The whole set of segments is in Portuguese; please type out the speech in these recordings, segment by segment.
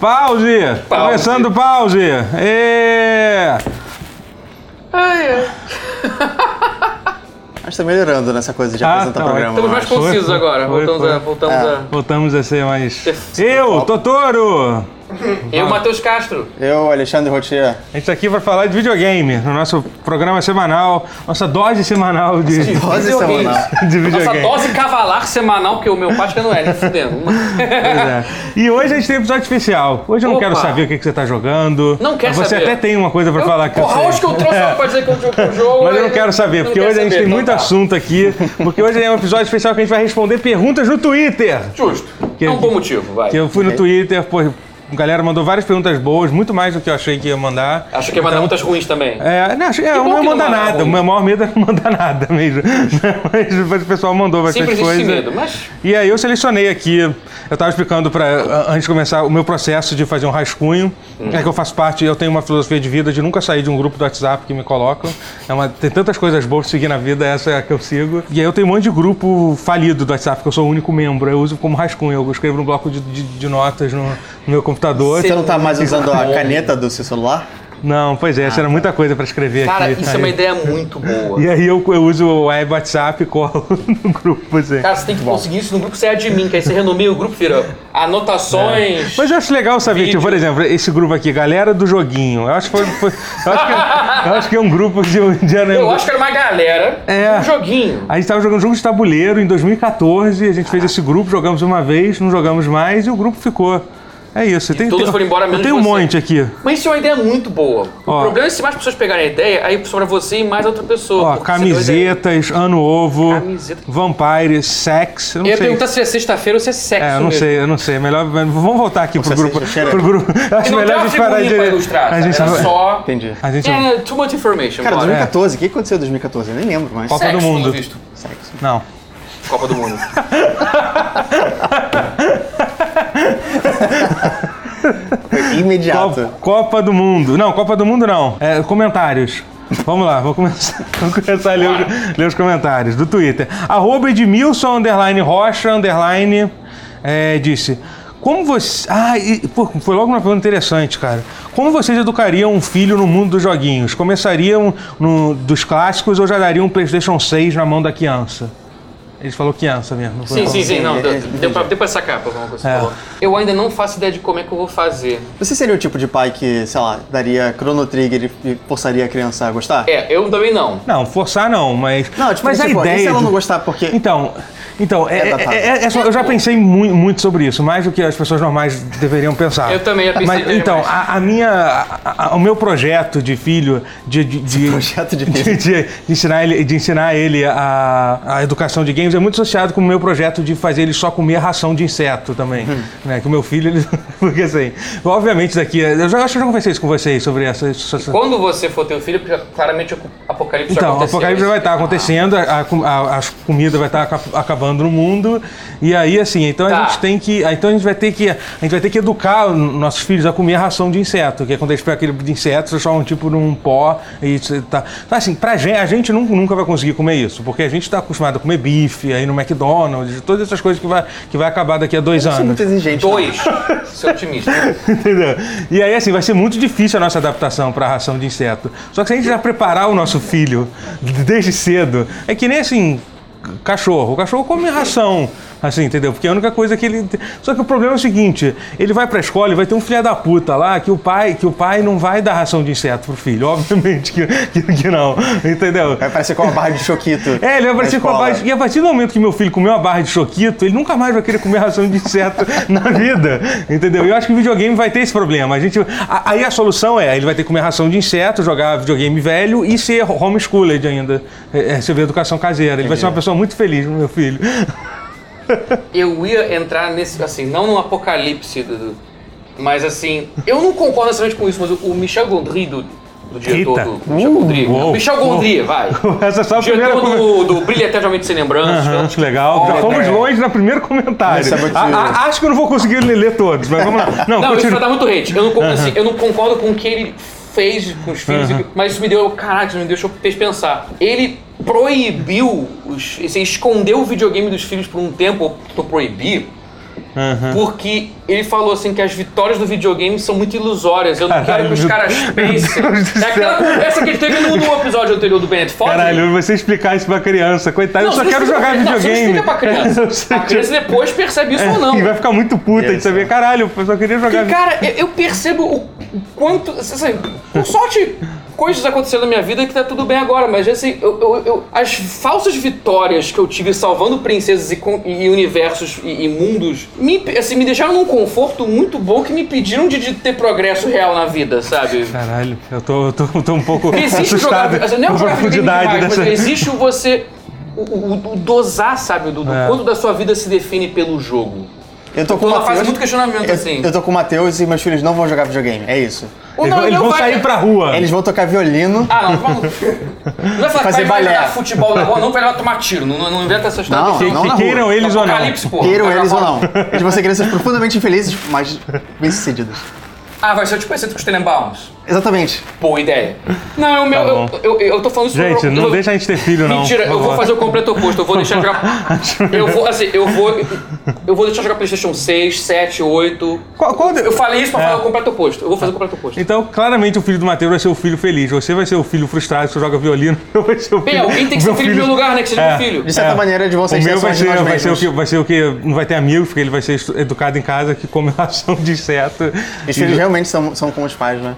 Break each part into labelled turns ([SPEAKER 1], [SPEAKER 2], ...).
[SPEAKER 1] Pause! Começando pause! E...
[SPEAKER 2] A gente tá melhorando nessa coisa de
[SPEAKER 1] Ah,
[SPEAKER 2] apresentar
[SPEAKER 1] tá
[SPEAKER 2] programa.
[SPEAKER 1] ótimo.
[SPEAKER 3] Estamos mais
[SPEAKER 1] Foi,
[SPEAKER 3] concisos
[SPEAKER 1] foi,
[SPEAKER 3] agora.
[SPEAKER 1] foi,
[SPEAKER 3] voltamos
[SPEAKER 1] foi.
[SPEAKER 3] a. Voltamos a...
[SPEAKER 1] Voltamos a ser mais. Eu, Totoro!
[SPEAKER 3] Eu, Matheus Castro.
[SPEAKER 2] Eu, Alexandre Rotier.
[SPEAKER 1] A gente tá aqui vai falar de videogame no nosso programa semanal, nossa dose semanal de, de
[SPEAKER 2] Dose
[SPEAKER 3] videogame.
[SPEAKER 2] semanal.
[SPEAKER 3] Nossa
[SPEAKER 1] videogame.
[SPEAKER 3] dose cavalar semanal, que o meu Páscoa não é, nem fudendo.
[SPEAKER 1] Pois é. E hoje a gente tem episódio especial. Hoje eu não
[SPEAKER 3] Opa.
[SPEAKER 1] quero saber o que, que você tá jogando.
[SPEAKER 3] Não quero
[SPEAKER 1] Você
[SPEAKER 3] saber.
[SPEAKER 1] até tem uma coisa pra falar que eu
[SPEAKER 3] Porra,
[SPEAKER 1] sei.
[SPEAKER 3] acho que eu trouxe só pra dizer que eu jogo o jogo.
[SPEAKER 1] Mas eu não quero saber, porque hoje a gente tem muito
[SPEAKER 3] Então tá.
[SPEAKER 1] assunto aqui. Porque hoje é um episódio especial que a gente vai responder perguntas no Twitter.
[SPEAKER 3] Justo. é um bom motivo, vai.
[SPEAKER 1] Que eu fui no Twitter, pô, a galera mandou várias perguntas boas, muito mais do que eu achei que ia mandar.
[SPEAKER 3] Acho que ia mandar muitas ruins também.
[SPEAKER 1] Então- É, não, acho- é,
[SPEAKER 3] bom
[SPEAKER 1] o meu
[SPEAKER 3] que não
[SPEAKER 1] manda
[SPEAKER 3] mandaram
[SPEAKER 1] nada. O
[SPEAKER 3] ruim.
[SPEAKER 1] meu maior medo é não mandar nada mesmo. Mas, o pessoal mandou
[SPEAKER 3] Sempre
[SPEAKER 1] bastante
[SPEAKER 3] existe
[SPEAKER 1] coisa.
[SPEAKER 3] esse medo, mas.
[SPEAKER 1] E aí eu selecionei aqui, eu tava explicando para antes de começar o meu processo de fazer um rascunho,
[SPEAKER 3] Hum.
[SPEAKER 1] é que eu faço parte, eu tenho uma filosofia de vida de nunca sair de um grupo do WhatsApp que me colocam. É uma- tem tantas coisas boas pra seguir na vida, essa é a que eu sigo. E aí eu tenho um monte de grupo falido do WhatsApp, que eu sou o único membro, eu uso como rascunho, eu escrevo no bloco de, de- de notas no, no meu computador.
[SPEAKER 2] Você não tá mais usando a caneta do seu celular?
[SPEAKER 1] Não, pois é, essa era muita coisa pra escrever
[SPEAKER 3] Ah, tá. Cara,
[SPEAKER 1] aqui.
[SPEAKER 3] isso é
[SPEAKER 1] Aí-
[SPEAKER 3] uma ideia muito boa.
[SPEAKER 1] E aí eu, eu uso o web WhatsApp e colo no grupo, assim.
[SPEAKER 3] Cara, você tem que conseguir isso no grupo, você é admin, que aí você renomeia o grupo, vira anotações.
[SPEAKER 1] É. Mas eu acho legal saber,
[SPEAKER 3] Vídeo.
[SPEAKER 1] tipo, por exemplo, esse grupo aqui, Galera do Joguinho. Eu acho que, foi, foi- eu acho que, eu acho que é um grupo de um dia. né?
[SPEAKER 3] Eu acho que era uma galera,
[SPEAKER 1] É.
[SPEAKER 3] um joguinho.
[SPEAKER 1] A gente tava jogando jogo de tabuleiro em 2014, a gente fez esse grupo, jogamos uma vez, não jogamos mais e o grupo ficou. É isso. Tem,
[SPEAKER 3] todos
[SPEAKER 1] tem-
[SPEAKER 3] foram embora, menos
[SPEAKER 1] Eu tenho um
[SPEAKER 3] você.
[SPEAKER 1] monte aqui.
[SPEAKER 3] Mas isso é uma ideia muito boa.
[SPEAKER 1] Ó.
[SPEAKER 3] O problema é se mais pessoas pegarem a ideia, aí sobra você e mais outra pessoa.
[SPEAKER 1] Ó,
[SPEAKER 3] porque senão a ideia-
[SPEAKER 1] camisetas, Ano Ovo,
[SPEAKER 3] é. Camiseta.
[SPEAKER 1] Vampire, Sex. Eu não
[SPEAKER 3] Eu ia
[SPEAKER 1] sei.
[SPEAKER 3] perguntar se é sexta-feira ou se é sexo.
[SPEAKER 1] É, eu não
[SPEAKER 3] mesmo.
[SPEAKER 1] sei, eu não sei. Melhor. Vamos voltar aqui pro
[SPEAKER 2] Você
[SPEAKER 1] grupo.
[SPEAKER 2] seja xereca.
[SPEAKER 1] Pro grupo. Eu
[SPEAKER 3] E
[SPEAKER 1] acho
[SPEAKER 3] não tem
[SPEAKER 1] melhor a
[SPEAKER 3] uma
[SPEAKER 1] gente
[SPEAKER 3] figurinha
[SPEAKER 1] parar de.
[SPEAKER 3] pra ilustrar.
[SPEAKER 1] A
[SPEAKER 3] sabe?
[SPEAKER 1] gente,
[SPEAKER 3] Era só...
[SPEAKER 2] Entendi.
[SPEAKER 1] a gente
[SPEAKER 3] É, too much information,
[SPEAKER 2] Cara,
[SPEAKER 1] é.
[SPEAKER 3] bora.
[SPEAKER 2] 2014, o que aconteceu em 2014? Eu nem lembro mais.
[SPEAKER 1] Copa do
[SPEAKER 3] Sexo,
[SPEAKER 1] Mundo.
[SPEAKER 3] pelo visto.
[SPEAKER 1] Não.
[SPEAKER 3] Copa do Mundo.
[SPEAKER 2] Imediato.
[SPEAKER 1] Copa, Copa do Mundo. Não, Copa do Mundo não. É, comentários. Vamos lá, vou começar, vou começar a ler, os- ler os comentários do Twitter. Arroba Edmilson, underline Rocha, underline, é, disse... Como você... Ah, e- pô, foi logo uma pergunta interessante, cara. Como vocês educariam um filho no mundo dos joguinhos? Começariam no- dos clássicos ou já dariam um Playstation 6 na mão da criança? Ele falou criança mesmo. não foi?
[SPEAKER 3] Sim, sim, sim. Não, deu,
[SPEAKER 2] É,
[SPEAKER 3] deu, pra, deu pra sacar pra alguma coisa.
[SPEAKER 1] É.
[SPEAKER 3] que você falou. Eu ainda não faço ideia de como é que eu vou fazer.
[SPEAKER 2] Você seria o tipo de pai que, sei lá, daria Chrono Trigger e e forçaria a criança a gostar?
[SPEAKER 3] É, eu também não.
[SPEAKER 1] Não, forçar não, mas.
[SPEAKER 2] Não, tipo,
[SPEAKER 1] mas
[SPEAKER 2] tipo, e se ela não gostar porque-
[SPEAKER 1] Então, então é,
[SPEAKER 2] É datado.
[SPEAKER 1] é- é- é só- eu já pensei muito, muito sobre isso, mais do que as pessoas normais deveriam pensar.
[SPEAKER 3] Eu também já pensei
[SPEAKER 1] Mas,
[SPEAKER 3] demais.
[SPEAKER 1] Então, a, a minha, a- a- o meu projeto de filho, de, de, de-
[SPEAKER 2] projeto de
[SPEAKER 1] de,
[SPEAKER 2] filho.
[SPEAKER 1] de- de ensinar ele, de ensinar ele a, a educação de games é muito associado com o meu projeto de fazer ele só comer ração de inseto também,
[SPEAKER 2] Hum.
[SPEAKER 1] né? Que o meu filho, ele, porque assim, obviamente daqui, eu já acho que eu já conversei isso com vocês sobre essa, essa
[SPEAKER 3] Quando você for ter um filho, porque claramente o apocalipse já
[SPEAKER 1] então, o
[SPEAKER 3] aconteceu.
[SPEAKER 1] apocalipse vai estar acontecendo, a, a- a comida vai estar aca- acabando no mundo. E aí, assim, então a
[SPEAKER 3] Tá.
[SPEAKER 1] gente tem que. Então a gente vai ter que. A gente vai ter que educar o- nossos filhos a comer ração de inseto. Que é quando eles pegam aquele de inseto, eles jogam tipo num pó e isso tá. Então, assim, pra gente, a gente nun- nunca, vai conseguir comer isso, porque a gente está acostumado a comer bife aí no McDonald's, todas essas coisas que vai, que vai acabar daqui a dois
[SPEAKER 2] Eu sou
[SPEAKER 1] anos.
[SPEAKER 2] muito exigente. não.
[SPEAKER 3] Dois, ser otimista.
[SPEAKER 1] Entendeu? E aí, assim, vai ser muito difícil a nossa adaptação para a ração de inseto. Só que se a gente já preparar o nosso filho desde cedo, é que nem assim. Cachorro. O cachorro come ração, assim, entendeu? Porque é a única coisa que ele. Só que o problema é o seguinte: ele vai pra escola e vai ter um filho da puta lá que o pai, que o pai não vai dar ração de inseto pro filho. Obviamente que, que, que não, entendeu?
[SPEAKER 2] Vai parecer com uma barra de choquito.
[SPEAKER 1] É, ele vai
[SPEAKER 2] na
[SPEAKER 1] aparecer com a
[SPEAKER 2] escola.
[SPEAKER 1] barra de... E a partir do momento que meu filho comeu uma barra de choquito, ele nunca mais vai querer comer ração de inseto na vida. Entendeu? E eu acho que o videogame vai ter esse problema. A gente... a- Aí a solução é, ele vai ter que comer ração de inseto, jogar videogame velho e ser homeschooled ainda. é, é, Receber educação caseira. Ele vai ser uma pessoa muito feliz, meu filho.
[SPEAKER 3] Eu ia entrar nesse, assim, não no apocalipse, Dudu, mas assim, eu não concordo necessariamente com isso, mas o- o Michel Gondry do, do diretor
[SPEAKER 1] Eita.
[SPEAKER 3] do Michel
[SPEAKER 1] Uh,
[SPEAKER 3] Gondry,
[SPEAKER 1] uou,
[SPEAKER 3] Michel
[SPEAKER 1] uou.
[SPEAKER 3] Gondry, vai.
[SPEAKER 1] Essa é só a primeira...
[SPEAKER 3] Diretor
[SPEAKER 1] come-
[SPEAKER 3] do, do Brilha Eternamente Sem Lembrança.
[SPEAKER 1] Aham, legal. Já
[SPEAKER 3] Olha,
[SPEAKER 1] fomos
[SPEAKER 3] é.
[SPEAKER 1] longe no primeiro comentário.
[SPEAKER 2] Isso é muito-
[SPEAKER 1] A- a- acho que eu não vou conseguir ler todos, mas vamos lá. Não,
[SPEAKER 3] Não, isso
[SPEAKER 1] continua.
[SPEAKER 3] vai dar muito hate. Eu não, con- assim, eu não concordo com o que ele fez com os filhos, e que- mas isso me deu. Caralho, isso me deixou fez pensar. Ele proibiu, os, assim, escondeu o videogame dos filhos por um tempo, ou tentou proibir. Porque ele falou assim que as vitórias do videogame são muito ilusórias. Eu não
[SPEAKER 1] Caralho,
[SPEAKER 3] quero que os
[SPEAKER 1] meu-
[SPEAKER 3] caras pensem.
[SPEAKER 1] Meu Deus do
[SPEAKER 3] É aquela
[SPEAKER 1] céu.
[SPEAKER 3] conversa que ele teve no, no episódio anterior do Bennett Fox.
[SPEAKER 1] Caralho, você explicar isso pra criança, coitado, eu
[SPEAKER 3] Não,
[SPEAKER 1] só
[SPEAKER 3] você
[SPEAKER 1] quero
[SPEAKER 3] explica
[SPEAKER 1] jogar
[SPEAKER 3] pra- não, você
[SPEAKER 1] videogame.
[SPEAKER 3] explica pra criança.
[SPEAKER 1] Eu sei
[SPEAKER 3] A
[SPEAKER 1] que-
[SPEAKER 3] criança depois percebe isso ou não.
[SPEAKER 1] E vai ficar muito puta de
[SPEAKER 2] Isso.
[SPEAKER 1] saber, caralho, eu só queria jogar
[SPEAKER 3] Porque, cara, eu, eu percebo o quanto. Assim, por sorte, coisas aconteceram na minha vida que tá tudo bem agora, mas assim, eu, eu- eu- as falsas vitórias que eu tive salvando princesas e, con- e universos e, e mundos me, assim, me deixaram num conforto muito bom que me impediram de, de ter progresso real na vida, sabe?
[SPEAKER 1] Caralho, eu tô, eu tô, eu tô um pouco
[SPEAKER 3] Porque existe
[SPEAKER 1] assustado Um
[SPEAKER 3] jogar. Assim, não é
[SPEAKER 1] com a
[SPEAKER 3] jogar videogame
[SPEAKER 1] profundidade
[SPEAKER 3] demais,
[SPEAKER 1] dessa...
[SPEAKER 3] mas existe o você. O, o- o dosar, sabe, do, do
[SPEAKER 1] É.
[SPEAKER 3] quanto da sua vida se define pelo jogo.
[SPEAKER 2] Eu tô com
[SPEAKER 3] Tô
[SPEAKER 2] o
[SPEAKER 3] numa fase
[SPEAKER 2] Matheus.
[SPEAKER 3] muito questionamento,
[SPEAKER 2] eu,
[SPEAKER 3] assim.
[SPEAKER 2] eu tô com o Matheus e meus filhos não vão jogar videogame, é isso.
[SPEAKER 3] Ou
[SPEAKER 1] Eles
[SPEAKER 3] não,
[SPEAKER 1] vão- eles
[SPEAKER 3] não
[SPEAKER 1] vão
[SPEAKER 3] vai-
[SPEAKER 1] sair pra rua.
[SPEAKER 2] Eles vão tocar violino.
[SPEAKER 3] Ah, não, vamos. Não vai falar
[SPEAKER 2] Fazer
[SPEAKER 3] que vai
[SPEAKER 2] balé.
[SPEAKER 3] jogar futebol na rua, não, vai lá tomar tiro. Não, não- não inventa essa história.
[SPEAKER 2] Não,
[SPEAKER 3] que-
[SPEAKER 1] Que-
[SPEAKER 2] não
[SPEAKER 1] que
[SPEAKER 2] na rua.
[SPEAKER 1] queiram eles ou não.
[SPEAKER 3] Apocalipse, porra.
[SPEAKER 1] tá
[SPEAKER 2] Queiram
[SPEAKER 3] Vai
[SPEAKER 2] eles ou
[SPEAKER 3] jogar
[SPEAKER 2] não.
[SPEAKER 3] bola.
[SPEAKER 2] Eles vão ser crianças profundamente infelizes, mas bem-sucedidas.
[SPEAKER 3] Ah, vai ser tipo esse dos Tenenbaums.
[SPEAKER 2] Exatamente.
[SPEAKER 3] Boa ideia. Não, é o meu. eu-
[SPEAKER 1] Tá bom.
[SPEAKER 3] eu, eu, eu tô falando isso
[SPEAKER 1] Gente,
[SPEAKER 3] eu- eu
[SPEAKER 1] não
[SPEAKER 3] vou-
[SPEAKER 1] deixa a gente ter filho, não.
[SPEAKER 3] Mentira,
[SPEAKER 1] por
[SPEAKER 3] eu vou
[SPEAKER 1] favor.
[SPEAKER 3] fazer o completo oposto. Eu vou deixar jogar. Eu vou, assim, eu vou. Eu vou deixar jogar PlayStation 6, 7, 8.
[SPEAKER 1] Qual- qual de-
[SPEAKER 3] Eu falei isso pra
[SPEAKER 1] É.
[SPEAKER 3] falar o completo oposto. Eu vou fazer o completo oposto.
[SPEAKER 1] Então, claramente, o filho do Matheus vai ser o filho feliz. Você vai ser o filho frustrado que só joga violino. Eu vou ser o
[SPEAKER 3] Bem,
[SPEAKER 1] filho...
[SPEAKER 3] alguém tem que ser
[SPEAKER 1] meu
[SPEAKER 3] filho no meu lugar, né? Que seja
[SPEAKER 1] É.
[SPEAKER 3] meu filho.
[SPEAKER 2] De certa maneira, de vocês
[SPEAKER 1] o meu vai
[SPEAKER 2] são de
[SPEAKER 1] ser,
[SPEAKER 2] nós
[SPEAKER 1] vai, ser o
[SPEAKER 2] mesmos.
[SPEAKER 1] que, vai ser o que não vai ter amigo, porque ele vai ser estu- educado em casa, que come ração de inseto.
[SPEAKER 2] Os filhos realmente são, são como os pais,
[SPEAKER 1] É
[SPEAKER 2] né?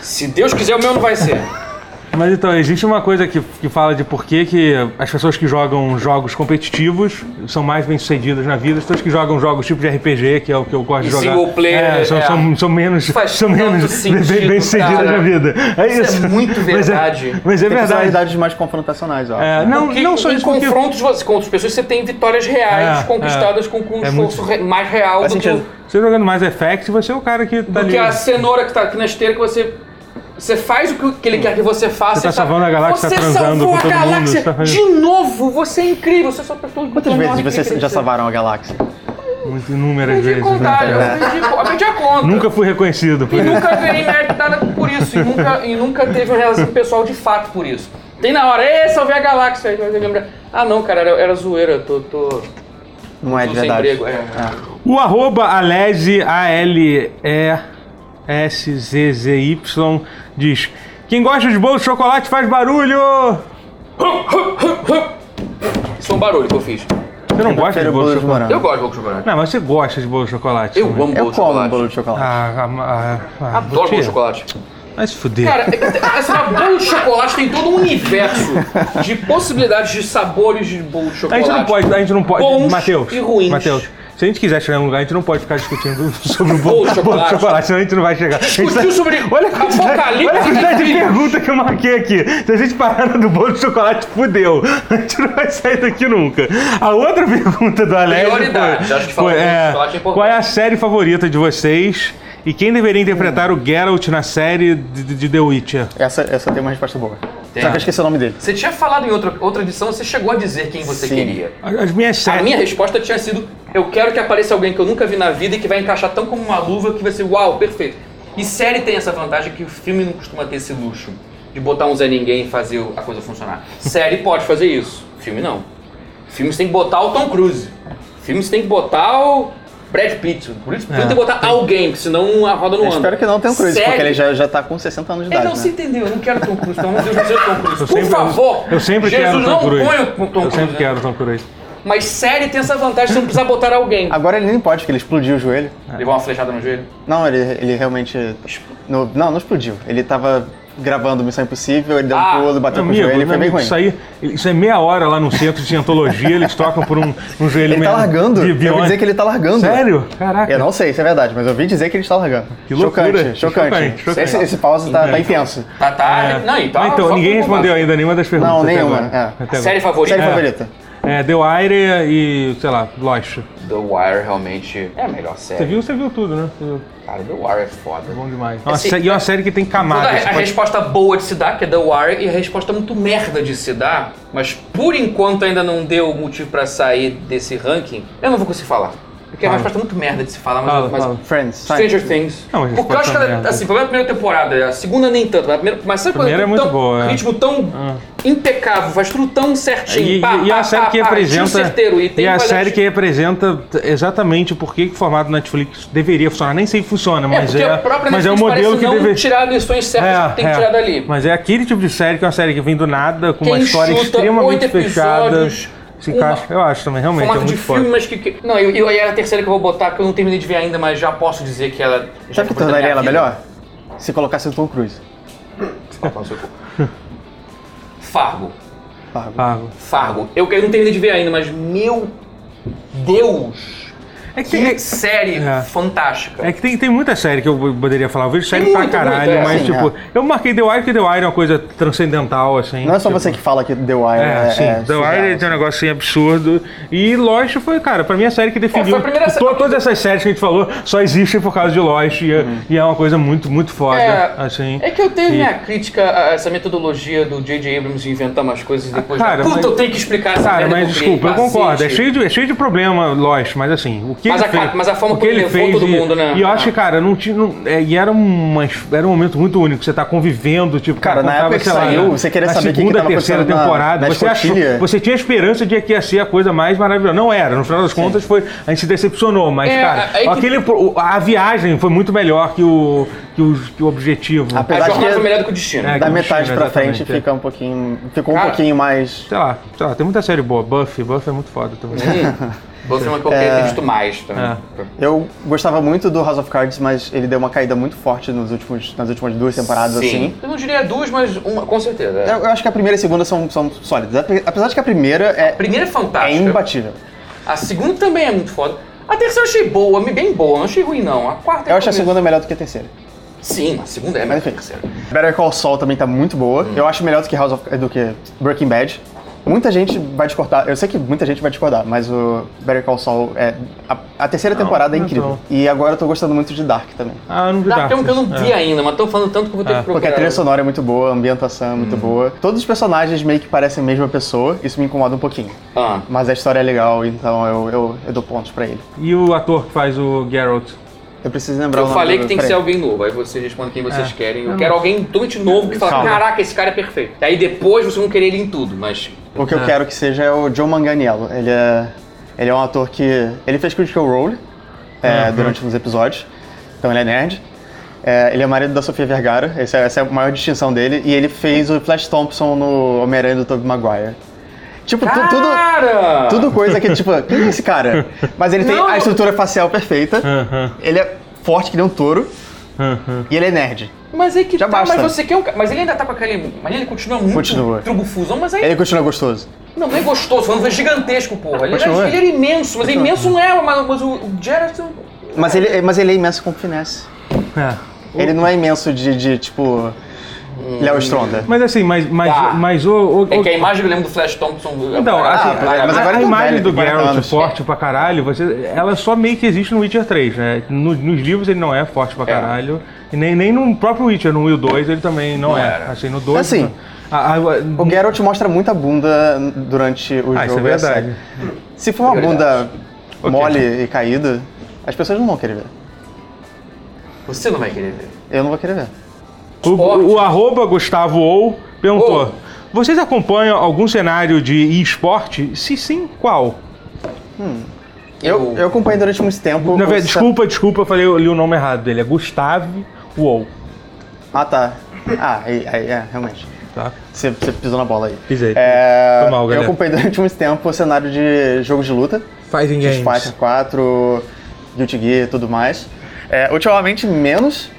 [SPEAKER 3] Se Deus quiser, o meu não vai ser.
[SPEAKER 1] Mas então, existe uma coisa que, que fala de por que, que as pessoas que jogam jogos competitivos são mais bem-sucedidas na vida, as pessoas que jogam jogos tipo de RPG, que é o que eu gosto
[SPEAKER 3] E
[SPEAKER 1] de jogar.
[SPEAKER 3] single player,
[SPEAKER 1] é, são,
[SPEAKER 3] é.
[SPEAKER 1] são- são menos,
[SPEAKER 3] Faz
[SPEAKER 1] são
[SPEAKER 3] tanto
[SPEAKER 1] menos
[SPEAKER 3] sentido,
[SPEAKER 1] bem- bem-sucedidas
[SPEAKER 3] cara.
[SPEAKER 1] na vida. É
[SPEAKER 3] Isso é
[SPEAKER 1] isso.
[SPEAKER 3] muito
[SPEAKER 1] Mas é-
[SPEAKER 3] verdade.
[SPEAKER 1] Mas é,
[SPEAKER 2] Tem
[SPEAKER 1] verdade.
[SPEAKER 2] personalidades mais confrontacionais, ó.
[SPEAKER 1] É, não,
[SPEAKER 3] Porque um
[SPEAKER 1] não só
[SPEAKER 3] em
[SPEAKER 1] isso, porque
[SPEAKER 3] confrontos você- com outras pessoas, você tem vitórias reais
[SPEAKER 1] É,
[SPEAKER 3] conquistadas com, com um
[SPEAKER 1] É
[SPEAKER 3] esforço re- mais real
[SPEAKER 2] Faz
[SPEAKER 3] do que,
[SPEAKER 2] sentido.
[SPEAKER 3] o-
[SPEAKER 1] você jogando mais effect, você é o cara que tá
[SPEAKER 3] do
[SPEAKER 1] ali.
[SPEAKER 3] que a cenoura que tá aqui na esteira que você. Você faz o que- que ele quer que você faça.
[SPEAKER 1] Você tá
[SPEAKER 3] e
[SPEAKER 1] salvando a galáxia,
[SPEAKER 3] Você
[SPEAKER 1] tá transando
[SPEAKER 3] salvou
[SPEAKER 1] com
[SPEAKER 3] a
[SPEAKER 1] todo mundo,
[SPEAKER 3] galáxia
[SPEAKER 1] tá fazendo-
[SPEAKER 3] de novo. Você é incrível. Você só apertou
[SPEAKER 2] Quantas vezes vocês já salvaram a galáxia?
[SPEAKER 1] Muito inúmeras
[SPEAKER 3] Eu perdi a
[SPEAKER 1] vezes. né?
[SPEAKER 3] contar, eu
[SPEAKER 2] É.
[SPEAKER 3] perdi, eu perdi a conta.
[SPEAKER 1] Nunca fui reconhecido. por
[SPEAKER 3] E
[SPEAKER 1] isso.
[SPEAKER 3] nunca ganhei mérito nada por isso. E nunca, e nunca teve uma relação pessoal de fato por isso. Tem na hora, ei, salvei a galáxia. Aí você lembra, ah não, cara, era, era zoeira. eu Tô, tô,
[SPEAKER 2] Não é
[SPEAKER 3] tô
[SPEAKER 2] de
[SPEAKER 3] sem
[SPEAKER 2] É verdade.
[SPEAKER 3] emprego. é.
[SPEAKER 1] O arroba Alesi, A-L-E-S-Z-Z-Y, diz: Quem gosta de bolo de chocolate faz barulho!
[SPEAKER 3] Isso é um barulho que eu fiz.
[SPEAKER 1] Você não gosta de bolo de
[SPEAKER 2] Prefiro bolo de
[SPEAKER 1] chocolate?
[SPEAKER 2] morango.
[SPEAKER 3] Eu gosto de bolo de chocolate.
[SPEAKER 1] Não, mas você gosta de bolo de chocolate.
[SPEAKER 3] Eu
[SPEAKER 1] também.
[SPEAKER 3] amo bolo
[SPEAKER 2] Eu
[SPEAKER 3] de
[SPEAKER 2] como
[SPEAKER 3] chocolate.
[SPEAKER 2] bolo de chocolate.
[SPEAKER 1] Ah, ah, ah, ah,
[SPEAKER 3] Adoro bolo
[SPEAKER 1] Butia,
[SPEAKER 3] de chocolate.
[SPEAKER 1] Vai se fuder.
[SPEAKER 3] Cara, é- é- assim, bolo de chocolate tem todo um universo de possibilidades de sabores de bolo de
[SPEAKER 1] a
[SPEAKER 3] chocolate.
[SPEAKER 1] gente não pode, a gente não pode.
[SPEAKER 3] Bons
[SPEAKER 1] Mateus,
[SPEAKER 3] e ruins.
[SPEAKER 1] Mateus, se a gente quiser chegar em um lugar, a gente não pode ficar discutindo sobre o bolo,
[SPEAKER 3] Bolo de
[SPEAKER 1] bolo de
[SPEAKER 3] chocolate.
[SPEAKER 1] chocolate, senão a gente não vai chegar. A gente tá-
[SPEAKER 3] Discutiu sobre
[SPEAKER 1] Olha a quantidade,
[SPEAKER 3] apocalipse
[SPEAKER 1] olha a quantidade de
[SPEAKER 3] de filho.
[SPEAKER 1] pergunta que eu marquei aqui. Se a gente parar na do bolo de chocolate, fudeu. A gente não vai sair daqui nunca. A outra pergunta do Alex
[SPEAKER 3] Prioridade.
[SPEAKER 1] foi,
[SPEAKER 3] Acho que falar
[SPEAKER 1] foi,
[SPEAKER 3] de bolo de
[SPEAKER 1] é,
[SPEAKER 3] chocolate é importante.
[SPEAKER 1] qual é a série favorita de vocês e quem deveria interpretar o Geralt na série de, de- de The Witcher?
[SPEAKER 2] Essa, essa tem uma resposta boa. Só que eu esqueci o nome dele.
[SPEAKER 3] Você tinha falado em outra, outra edição, você chegou a dizer quem você
[SPEAKER 2] Sim.
[SPEAKER 3] queria.
[SPEAKER 1] As minhas
[SPEAKER 3] A
[SPEAKER 1] séries.
[SPEAKER 3] minha resposta tinha sido: eu quero que apareça alguém que eu nunca vi na vida e que vai encaixar tão como uma luva que vai ser uau, perfeito. E série tem essa vantagem que o filme não costuma ter esse luxo de botar um Zé Ninguém e fazer a coisa funcionar. Série pode fazer isso, filme não. Filme você tem que botar o Tom Cruise. Filme você tem que botar o Brad Pitt. Por isso, tem que botar alguém, porque senão a roda não
[SPEAKER 2] É, Eu
[SPEAKER 3] anda.
[SPEAKER 2] espero que não tenha o Cruz,
[SPEAKER 3] Série-
[SPEAKER 2] porque ele já, já tá com 60 anos de
[SPEAKER 3] Ele
[SPEAKER 2] idade.
[SPEAKER 3] não se
[SPEAKER 2] né?
[SPEAKER 3] entendeu, eu não quero Tom Cruise, então não Deus, não seja Tom Cruise.
[SPEAKER 1] Eu
[SPEAKER 3] Por
[SPEAKER 1] sempre-
[SPEAKER 3] favor,
[SPEAKER 1] Eu sempre
[SPEAKER 3] Jesus,
[SPEAKER 1] quero
[SPEAKER 3] não
[SPEAKER 1] Tom Cruise.
[SPEAKER 3] põe o Tom
[SPEAKER 1] eu
[SPEAKER 3] Cruise,
[SPEAKER 1] sempre
[SPEAKER 3] né?
[SPEAKER 1] quero Tom Cruise.
[SPEAKER 3] Mas série tem essa vantagem, você não precisa botar alguém.
[SPEAKER 2] Agora ele nem pode, porque ele explodiu o joelho.
[SPEAKER 3] Levou uma flechada no joelho.
[SPEAKER 2] Não, ele, ele realmente. no- não, não explodiu. Ele tava gravando Missão Impossível, ele deu
[SPEAKER 3] Ah,
[SPEAKER 2] um pulo, bateu com o
[SPEAKER 1] Amigo,
[SPEAKER 2] joelho, foi bem
[SPEAKER 1] amigo,
[SPEAKER 2] ruim.
[SPEAKER 1] isso aí, isso é meia hora lá no centro de cientologia, eles trocam por um, um joelho
[SPEAKER 2] Ele
[SPEAKER 1] mesmo
[SPEAKER 2] tá largando.
[SPEAKER 1] de
[SPEAKER 2] Eu ouvi
[SPEAKER 1] biônico.
[SPEAKER 2] dizer que ele tá largando.
[SPEAKER 1] Sério? Caraca.
[SPEAKER 2] Eu não sei se é verdade, mas eu ouvi dizer que ele está largando.
[SPEAKER 1] Que loucura.
[SPEAKER 2] Chocante, chocante.
[SPEAKER 1] Chocante, chocante.
[SPEAKER 2] Esse, esse pause tá, tá intenso.
[SPEAKER 3] Tá, tá. Não, então.
[SPEAKER 1] Ah, então,
[SPEAKER 3] só
[SPEAKER 1] ninguém
[SPEAKER 3] por
[SPEAKER 1] respondeu
[SPEAKER 3] uma-
[SPEAKER 1] ainda nenhuma das perguntas.
[SPEAKER 2] Não,
[SPEAKER 1] até
[SPEAKER 2] nenhuma,
[SPEAKER 1] agora.
[SPEAKER 2] é.
[SPEAKER 1] Até agora.
[SPEAKER 3] Série favorita?
[SPEAKER 2] Série favorita.
[SPEAKER 1] É, Deu Aire e, sei lá, Lost.
[SPEAKER 3] The Wire realmente é a melhor série.
[SPEAKER 1] Você viu, você viu tudo, né? Você viu.
[SPEAKER 3] Cara, The Wire é foda.
[SPEAKER 1] Bom demais. É uma
[SPEAKER 3] Esse-
[SPEAKER 1] sé- e é uma série que tem
[SPEAKER 3] Toda Assim, a,
[SPEAKER 1] camadas.
[SPEAKER 3] a
[SPEAKER 1] Pode-
[SPEAKER 3] resposta boa de se dar, que é The Wire, e a resposta muito merda de se dar, mas por enquanto ainda não deu motivo pra sair desse ranking, eu não vou conseguir falar. Porque é uma resposta muito merda de se falar, mas.
[SPEAKER 1] Fala,
[SPEAKER 3] mas-
[SPEAKER 1] fala.
[SPEAKER 2] Friends.
[SPEAKER 3] Stranger
[SPEAKER 2] Seinfeld.
[SPEAKER 3] Things.
[SPEAKER 1] Não, mas
[SPEAKER 3] Porque eu
[SPEAKER 1] pode
[SPEAKER 3] acho que
[SPEAKER 1] ser
[SPEAKER 3] ela,
[SPEAKER 1] merda.
[SPEAKER 3] assim, pelo menos a primeira temporada, a segunda nem tanto, mas a primeira, mas sabe quando
[SPEAKER 1] Primeira é
[SPEAKER 3] tudo
[SPEAKER 1] muito
[SPEAKER 3] tão-
[SPEAKER 1] boa, é.
[SPEAKER 3] ritmo tão impecável, faz tudo tão certinho.
[SPEAKER 1] E,
[SPEAKER 3] pá,
[SPEAKER 1] e
[SPEAKER 3] pá,
[SPEAKER 1] a série
[SPEAKER 3] pá,
[SPEAKER 1] que
[SPEAKER 3] pá, tiro
[SPEAKER 1] representa.
[SPEAKER 3] certeiro, e tem
[SPEAKER 1] e é a
[SPEAKER 3] qualidade-
[SPEAKER 1] série que representa exatamente por que que o formato Netflix deveria funcionar. Nem sei que funciona,
[SPEAKER 3] É,
[SPEAKER 1] mas
[SPEAKER 3] porque
[SPEAKER 1] é.
[SPEAKER 3] a própria
[SPEAKER 1] mas é o
[SPEAKER 3] Netflix
[SPEAKER 1] modelo
[SPEAKER 3] parece
[SPEAKER 1] que
[SPEAKER 3] não
[SPEAKER 1] deveria.
[SPEAKER 3] tirar lições certas que tem que tirar dali.
[SPEAKER 1] Mas é aquele tipo de série que é uma série que vem do nada, com uma
[SPEAKER 3] Quem
[SPEAKER 1] história
[SPEAKER 3] chuta
[SPEAKER 1] extremamente
[SPEAKER 3] oito
[SPEAKER 1] fechada.
[SPEAKER 3] episódios,
[SPEAKER 1] Se encaixa- eu acho também, realmente, é
[SPEAKER 3] Formato de
[SPEAKER 1] muito
[SPEAKER 3] filme,
[SPEAKER 1] forte.
[SPEAKER 3] mas que. que- Não, eu, eu, aí a terceira que eu vou botar, que eu não terminei de ver ainda, mas já posso dizer que ela. já
[SPEAKER 2] Sabe o
[SPEAKER 3] foi
[SPEAKER 2] que
[SPEAKER 3] da
[SPEAKER 2] tornaria
[SPEAKER 3] minha
[SPEAKER 2] ela
[SPEAKER 3] vida.
[SPEAKER 2] melhor? Se colocasse o Tom Cruise.
[SPEAKER 3] Fargo.
[SPEAKER 2] Pago.
[SPEAKER 1] Ah,
[SPEAKER 3] Fargo. Eu, eu não terminei de ver ainda, mas meu Deus!
[SPEAKER 1] é que,
[SPEAKER 3] Que
[SPEAKER 1] tem,
[SPEAKER 3] série
[SPEAKER 1] É.
[SPEAKER 3] fantástica.
[SPEAKER 1] é que tem, tem muita série que eu poderia falar. Eu vejo série
[SPEAKER 3] Tem
[SPEAKER 1] pra
[SPEAKER 3] muito,
[SPEAKER 1] caralho,
[SPEAKER 3] muito, é,
[SPEAKER 1] mas
[SPEAKER 2] sim,
[SPEAKER 1] tipo,
[SPEAKER 2] é.
[SPEAKER 1] eu marquei The Wire, porque The Wire é uma coisa transcendental, assim.
[SPEAKER 2] Não é só
[SPEAKER 1] tipo,
[SPEAKER 2] você que fala que The Wire
[SPEAKER 1] É,
[SPEAKER 2] é,
[SPEAKER 1] sim.
[SPEAKER 2] é
[SPEAKER 1] The Wire é um
[SPEAKER 2] surreal.
[SPEAKER 1] negócio assim, absurdo. E Lost foi, cara, pra mim a série que definiu.
[SPEAKER 3] É, foi a primeira
[SPEAKER 1] to-
[SPEAKER 3] série-
[SPEAKER 1] Todas essas séries que a gente falou só existem por causa de Lost. E, é- e é uma coisa muito, muito foda.
[SPEAKER 3] Uhum. É,
[SPEAKER 1] assim.
[SPEAKER 3] é que eu tenho
[SPEAKER 1] E-
[SPEAKER 3] minha crítica a essa metodologia do J.J. Abrams de inventar umas coisas e depois.
[SPEAKER 1] cara,
[SPEAKER 3] Puta,
[SPEAKER 1] mas-
[SPEAKER 3] eu tenho que explicar essa
[SPEAKER 1] Cara,
[SPEAKER 3] merda
[SPEAKER 1] mas
[SPEAKER 3] que eu criei,
[SPEAKER 1] desculpa, eu
[SPEAKER 3] cacete.
[SPEAKER 1] concordo. É cheio, de, é cheio de problema, Lost, mas assim, o que
[SPEAKER 3] Mas
[SPEAKER 1] ele
[SPEAKER 3] a
[SPEAKER 1] fez,
[SPEAKER 3] ca- mas a forma
[SPEAKER 1] o
[SPEAKER 3] como ele levou todo
[SPEAKER 1] e-
[SPEAKER 3] mundo, né?
[SPEAKER 1] E eu acho
[SPEAKER 3] Ah.
[SPEAKER 1] que, cara, não tinha. não- é, e era, uma, era um momento muito único. Você tá convivendo, tipo,
[SPEAKER 2] Cara, na
[SPEAKER 1] contava,
[SPEAKER 2] época que
[SPEAKER 1] sei lá,
[SPEAKER 2] saiu,
[SPEAKER 1] na-
[SPEAKER 2] você queria
[SPEAKER 1] na
[SPEAKER 2] saber o que que
[SPEAKER 1] segunda,
[SPEAKER 2] tava
[SPEAKER 1] terceira
[SPEAKER 2] acontecendo na-
[SPEAKER 1] temporada.
[SPEAKER 2] na
[SPEAKER 1] você, achou,
[SPEAKER 2] escotilha.
[SPEAKER 1] você tinha esperança de que ia ser a coisa mais maravilhosa. Não era, no final das contas, foi, a gente se decepcionou, mas,
[SPEAKER 3] É,
[SPEAKER 1] cara,
[SPEAKER 3] aí que-
[SPEAKER 1] aquele, pro- a viagem foi muito melhor que o, que o, que o objetivo.
[SPEAKER 2] Apesar-
[SPEAKER 3] A
[SPEAKER 2] Apesar
[SPEAKER 3] jornada
[SPEAKER 2] que-
[SPEAKER 3] foi melhor do que o destino.
[SPEAKER 1] É,
[SPEAKER 2] Da
[SPEAKER 1] que
[SPEAKER 2] metade
[SPEAKER 1] tinha,
[SPEAKER 2] pra
[SPEAKER 1] exatamente,
[SPEAKER 2] frente
[SPEAKER 1] é.
[SPEAKER 2] fica um pouquinho. Ficou um
[SPEAKER 3] Cara,
[SPEAKER 2] pouquinho mais.
[SPEAKER 1] Sei lá, sei lá, tem muita série boa. Buffy, Buffy é muito foda também.
[SPEAKER 3] Você não quer ter visto mais também.
[SPEAKER 1] É.
[SPEAKER 2] Eu gostava muito do House of Cards, mas ele deu uma caída muito forte nos últimos, nas últimas duas temporadas, assim.
[SPEAKER 3] Eu não diria duas, mas uma, com certeza. é.
[SPEAKER 2] Eu, eu acho que a primeira e a segunda são, são sólidas. Ape- Apesar de que a primeira é,
[SPEAKER 3] A primeira é
[SPEAKER 2] é
[SPEAKER 3] fantástica.
[SPEAKER 2] imbatível.
[SPEAKER 3] a segunda também é muito foda. A terceira eu achei boa, bem boa, não achei ruim não. A quarta é
[SPEAKER 2] Eu acho a
[SPEAKER 3] começo.
[SPEAKER 2] segunda melhor do que a terceira.
[SPEAKER 3] Sim, a segunda é melhor que a
[SPEAKER 2] Mas
[SPEAKER 3] terceira.
[SPEAKER 2] enfim. Better Call Saul também tá muito boa. Eu acho melhor do que House of, do que Breaking Bad. Muita gente vai discordar. Eu sei que muita gente vai discordar, mas o Better Call Saul é a, a terceira temporada é
[SPEAKER 1] não
[SPEAKER 2] incrível.
[SPEAKER 1] não.
[SPEAKER 2] E agora eu tô gostando muito de Dark também.
[SPEAKER 1] Ah, eu não vi
[SPEAKER 3] Dá tempo que eu não
[SPEAKER 1] Darkness.
[SPEAKER 3] vi ainda, mas estão falando tanto que eu vou ter que procurar.
[SPEAKER 2] Porque a trilha sonora é muito boa, a ambientação é muito boa. Todos os personagens meio que parecem a mesma pessoa, isso me incomoda um pouquinho.
[SPEAKER 3] Ah.
[SPEAKER 2] Mas a história é legal, então eu, eu, eu dou pontos pra ele.
[SPEAKER 1] E o ator que faz o Geralt?
[SPEAKER 2] Eu preciso lembrar o
[SPEAKER 3] Eu
[SPEAKER 2] nome
[SPEAKER 3] falei
[SPEAKER 2] do-
[SPEAKER 3] que tem que ser
[SPEAKER 2] peraí.
[SPEAKER 3] alguém novo, aí vocês respondem quem vocês
[SPEAKER 1] É.
[SPEAKER 3] querem. Eu
[SPEAKER 1] Não.
[SPEAKER 3] quero alguém totalmente novo que fala,
[SPEAKER 2] Calma.
[SPEAKER 3] caraca, esse cara é perfeito. Aí depois vocês vão querer ele em tudo, mas...
[SPEAKER 2] O que eu
[SPEAKER 1] É.
[SPEAKER 2] quero que seja é o Joe Manganiello. Ele é, ele é um ator que. Ele fez Critical Role é, durante uns episódios, então ele é nerd. É, ele é marido da Sofia Vergara, essa, é- essa é a maior distinção dele. E ele fez o Flash Thompson no Homem-Aranha do Tobey Maguire. Tipo, tu- tudo.
[SPEAKER 3] Cara!
[SPEAKER 2] Tudo coisa que, tipo, quem é esse cara? Mas ele tem
[SPEAKER 3] Não.
[SPEAKER 2] a estrutura facial perfeita, ele é forte que nem um touro, e ele é nerd.
[SPEAKER 3] Mas é que
[SPEAKER 2] Já
[SPEAKER 3] tá,
[SPEAKER 2] basta.
[SPEAKER 3] mas você quer um ca- Mas ele ainda tá com aquele... Mas ele continua muito
[SPEAKER 2] Continua.
[SPEAKER 3] trubufusão, mas aí...
[SPEAKER 2] Ele continua gostoso.
[SPEAKER 3] Não, não é gostoso, falando que é gigantesco, porra. Ele,
[SPEAKER 2] Continua.
[SPEAKER 3] era, ele era imenso, mas imenso não é, mas, mas o, o Gerard... é um
[SPEAKER 2] Mas ele, mas ele é imenso com finesse.
[SPEAKER 1] É.
[SPEAKER 2] Ele não é imenso de, de tipo, Léo Stronda.
[SPEAKER 1] Mas assim, mas, mas,
[SPEAKER 3] Tá.
[SPEAKER 1] mas o. o-
[SPEAKER 3] É que a
[SPEAKER 1] o-
[SPEAKER 3] imagem que eu lembro do Flash Thompson...
[SPEAKER 1] então, assim,
[SPEAKER 2] Ah,
[SPEAKER 1] a,
[SPEAKER 2] mas agora
[SPEAKER 1] a
[SPEAKER 2] ele tá
[SPEAKER 1] imagem
[SPEAKER 2] velho,
[SPEAKER 1] do
[SPEAKER 2] tem 40
[SPEAKER 1] Geralt
[SPEAKER 2] anos.
[SPEAKER 1] forte pra caralho, você, ela só meio que existe no Witcher 3, né? No- nos livros ele não é forte pra caralho. E nem, nem no próprio Witcher, no Will 2 ele também não, é.
[SPEAKER 3] era.
[SPEAKER 1] Assim, no 2.
[SPEAKER 2] Assim,
[SPEAKER 1] não- a- a-
[SPEAKER 2] O Geralt mostra muita bunda durante o
[SPEAKER 1] Ah, isso é
[SPEAKER 2] jogo. e a série.
[SPEAKER 1] verdade. É
[SPEAKER 2] Se for uma bunda
[SPEAKER 1] Ok.
[SPEAKER 2] mole e caída, as pessoas não vão querer ver.
[SPEAKER 3] Você não vai querer ver.
[SPEAKER 2] Eu não vou querer ver.
[SPEAKER 1] O, o- o arroba Gustavo Ou perguntou:
[SPEAKER 3] Ou.
[SPEAKER 1] Vocês acompanham algum cenário de e-esporte? Se sim, qual?
[SPEAKER 2] Eu, eu acompanhei durante muito tempo.
[SPEAKER 1] Na
[SPEAKER 2] o
[SPEAKER 1] verdade,
[SPEAKER 2] sa-
[SPEAKER 1] desculpa, desculpa, eu falei, eu li o nome errado dele. É Gustavo Ou.
[SPEAKER 2] Ah, tá. Ah, aí, aí, é, realmente.
[SPEAKER 1] Tá?
[SPEAKER 2] Você, você pisou na bola aí.
[SPEAKER 1] Pisei.
[SPEAKER 2] É,
[SPEAKER 1] Foi mal, galera.
[SPEAKER 2] eu acompanhei durante muito tempo o cenário de jogos de luta.
[SPEAKER 1] Fighting
[SPEAKER 2] Street Fighter 4, Guilty Gear e tudo mais. É, ultimamente, menos.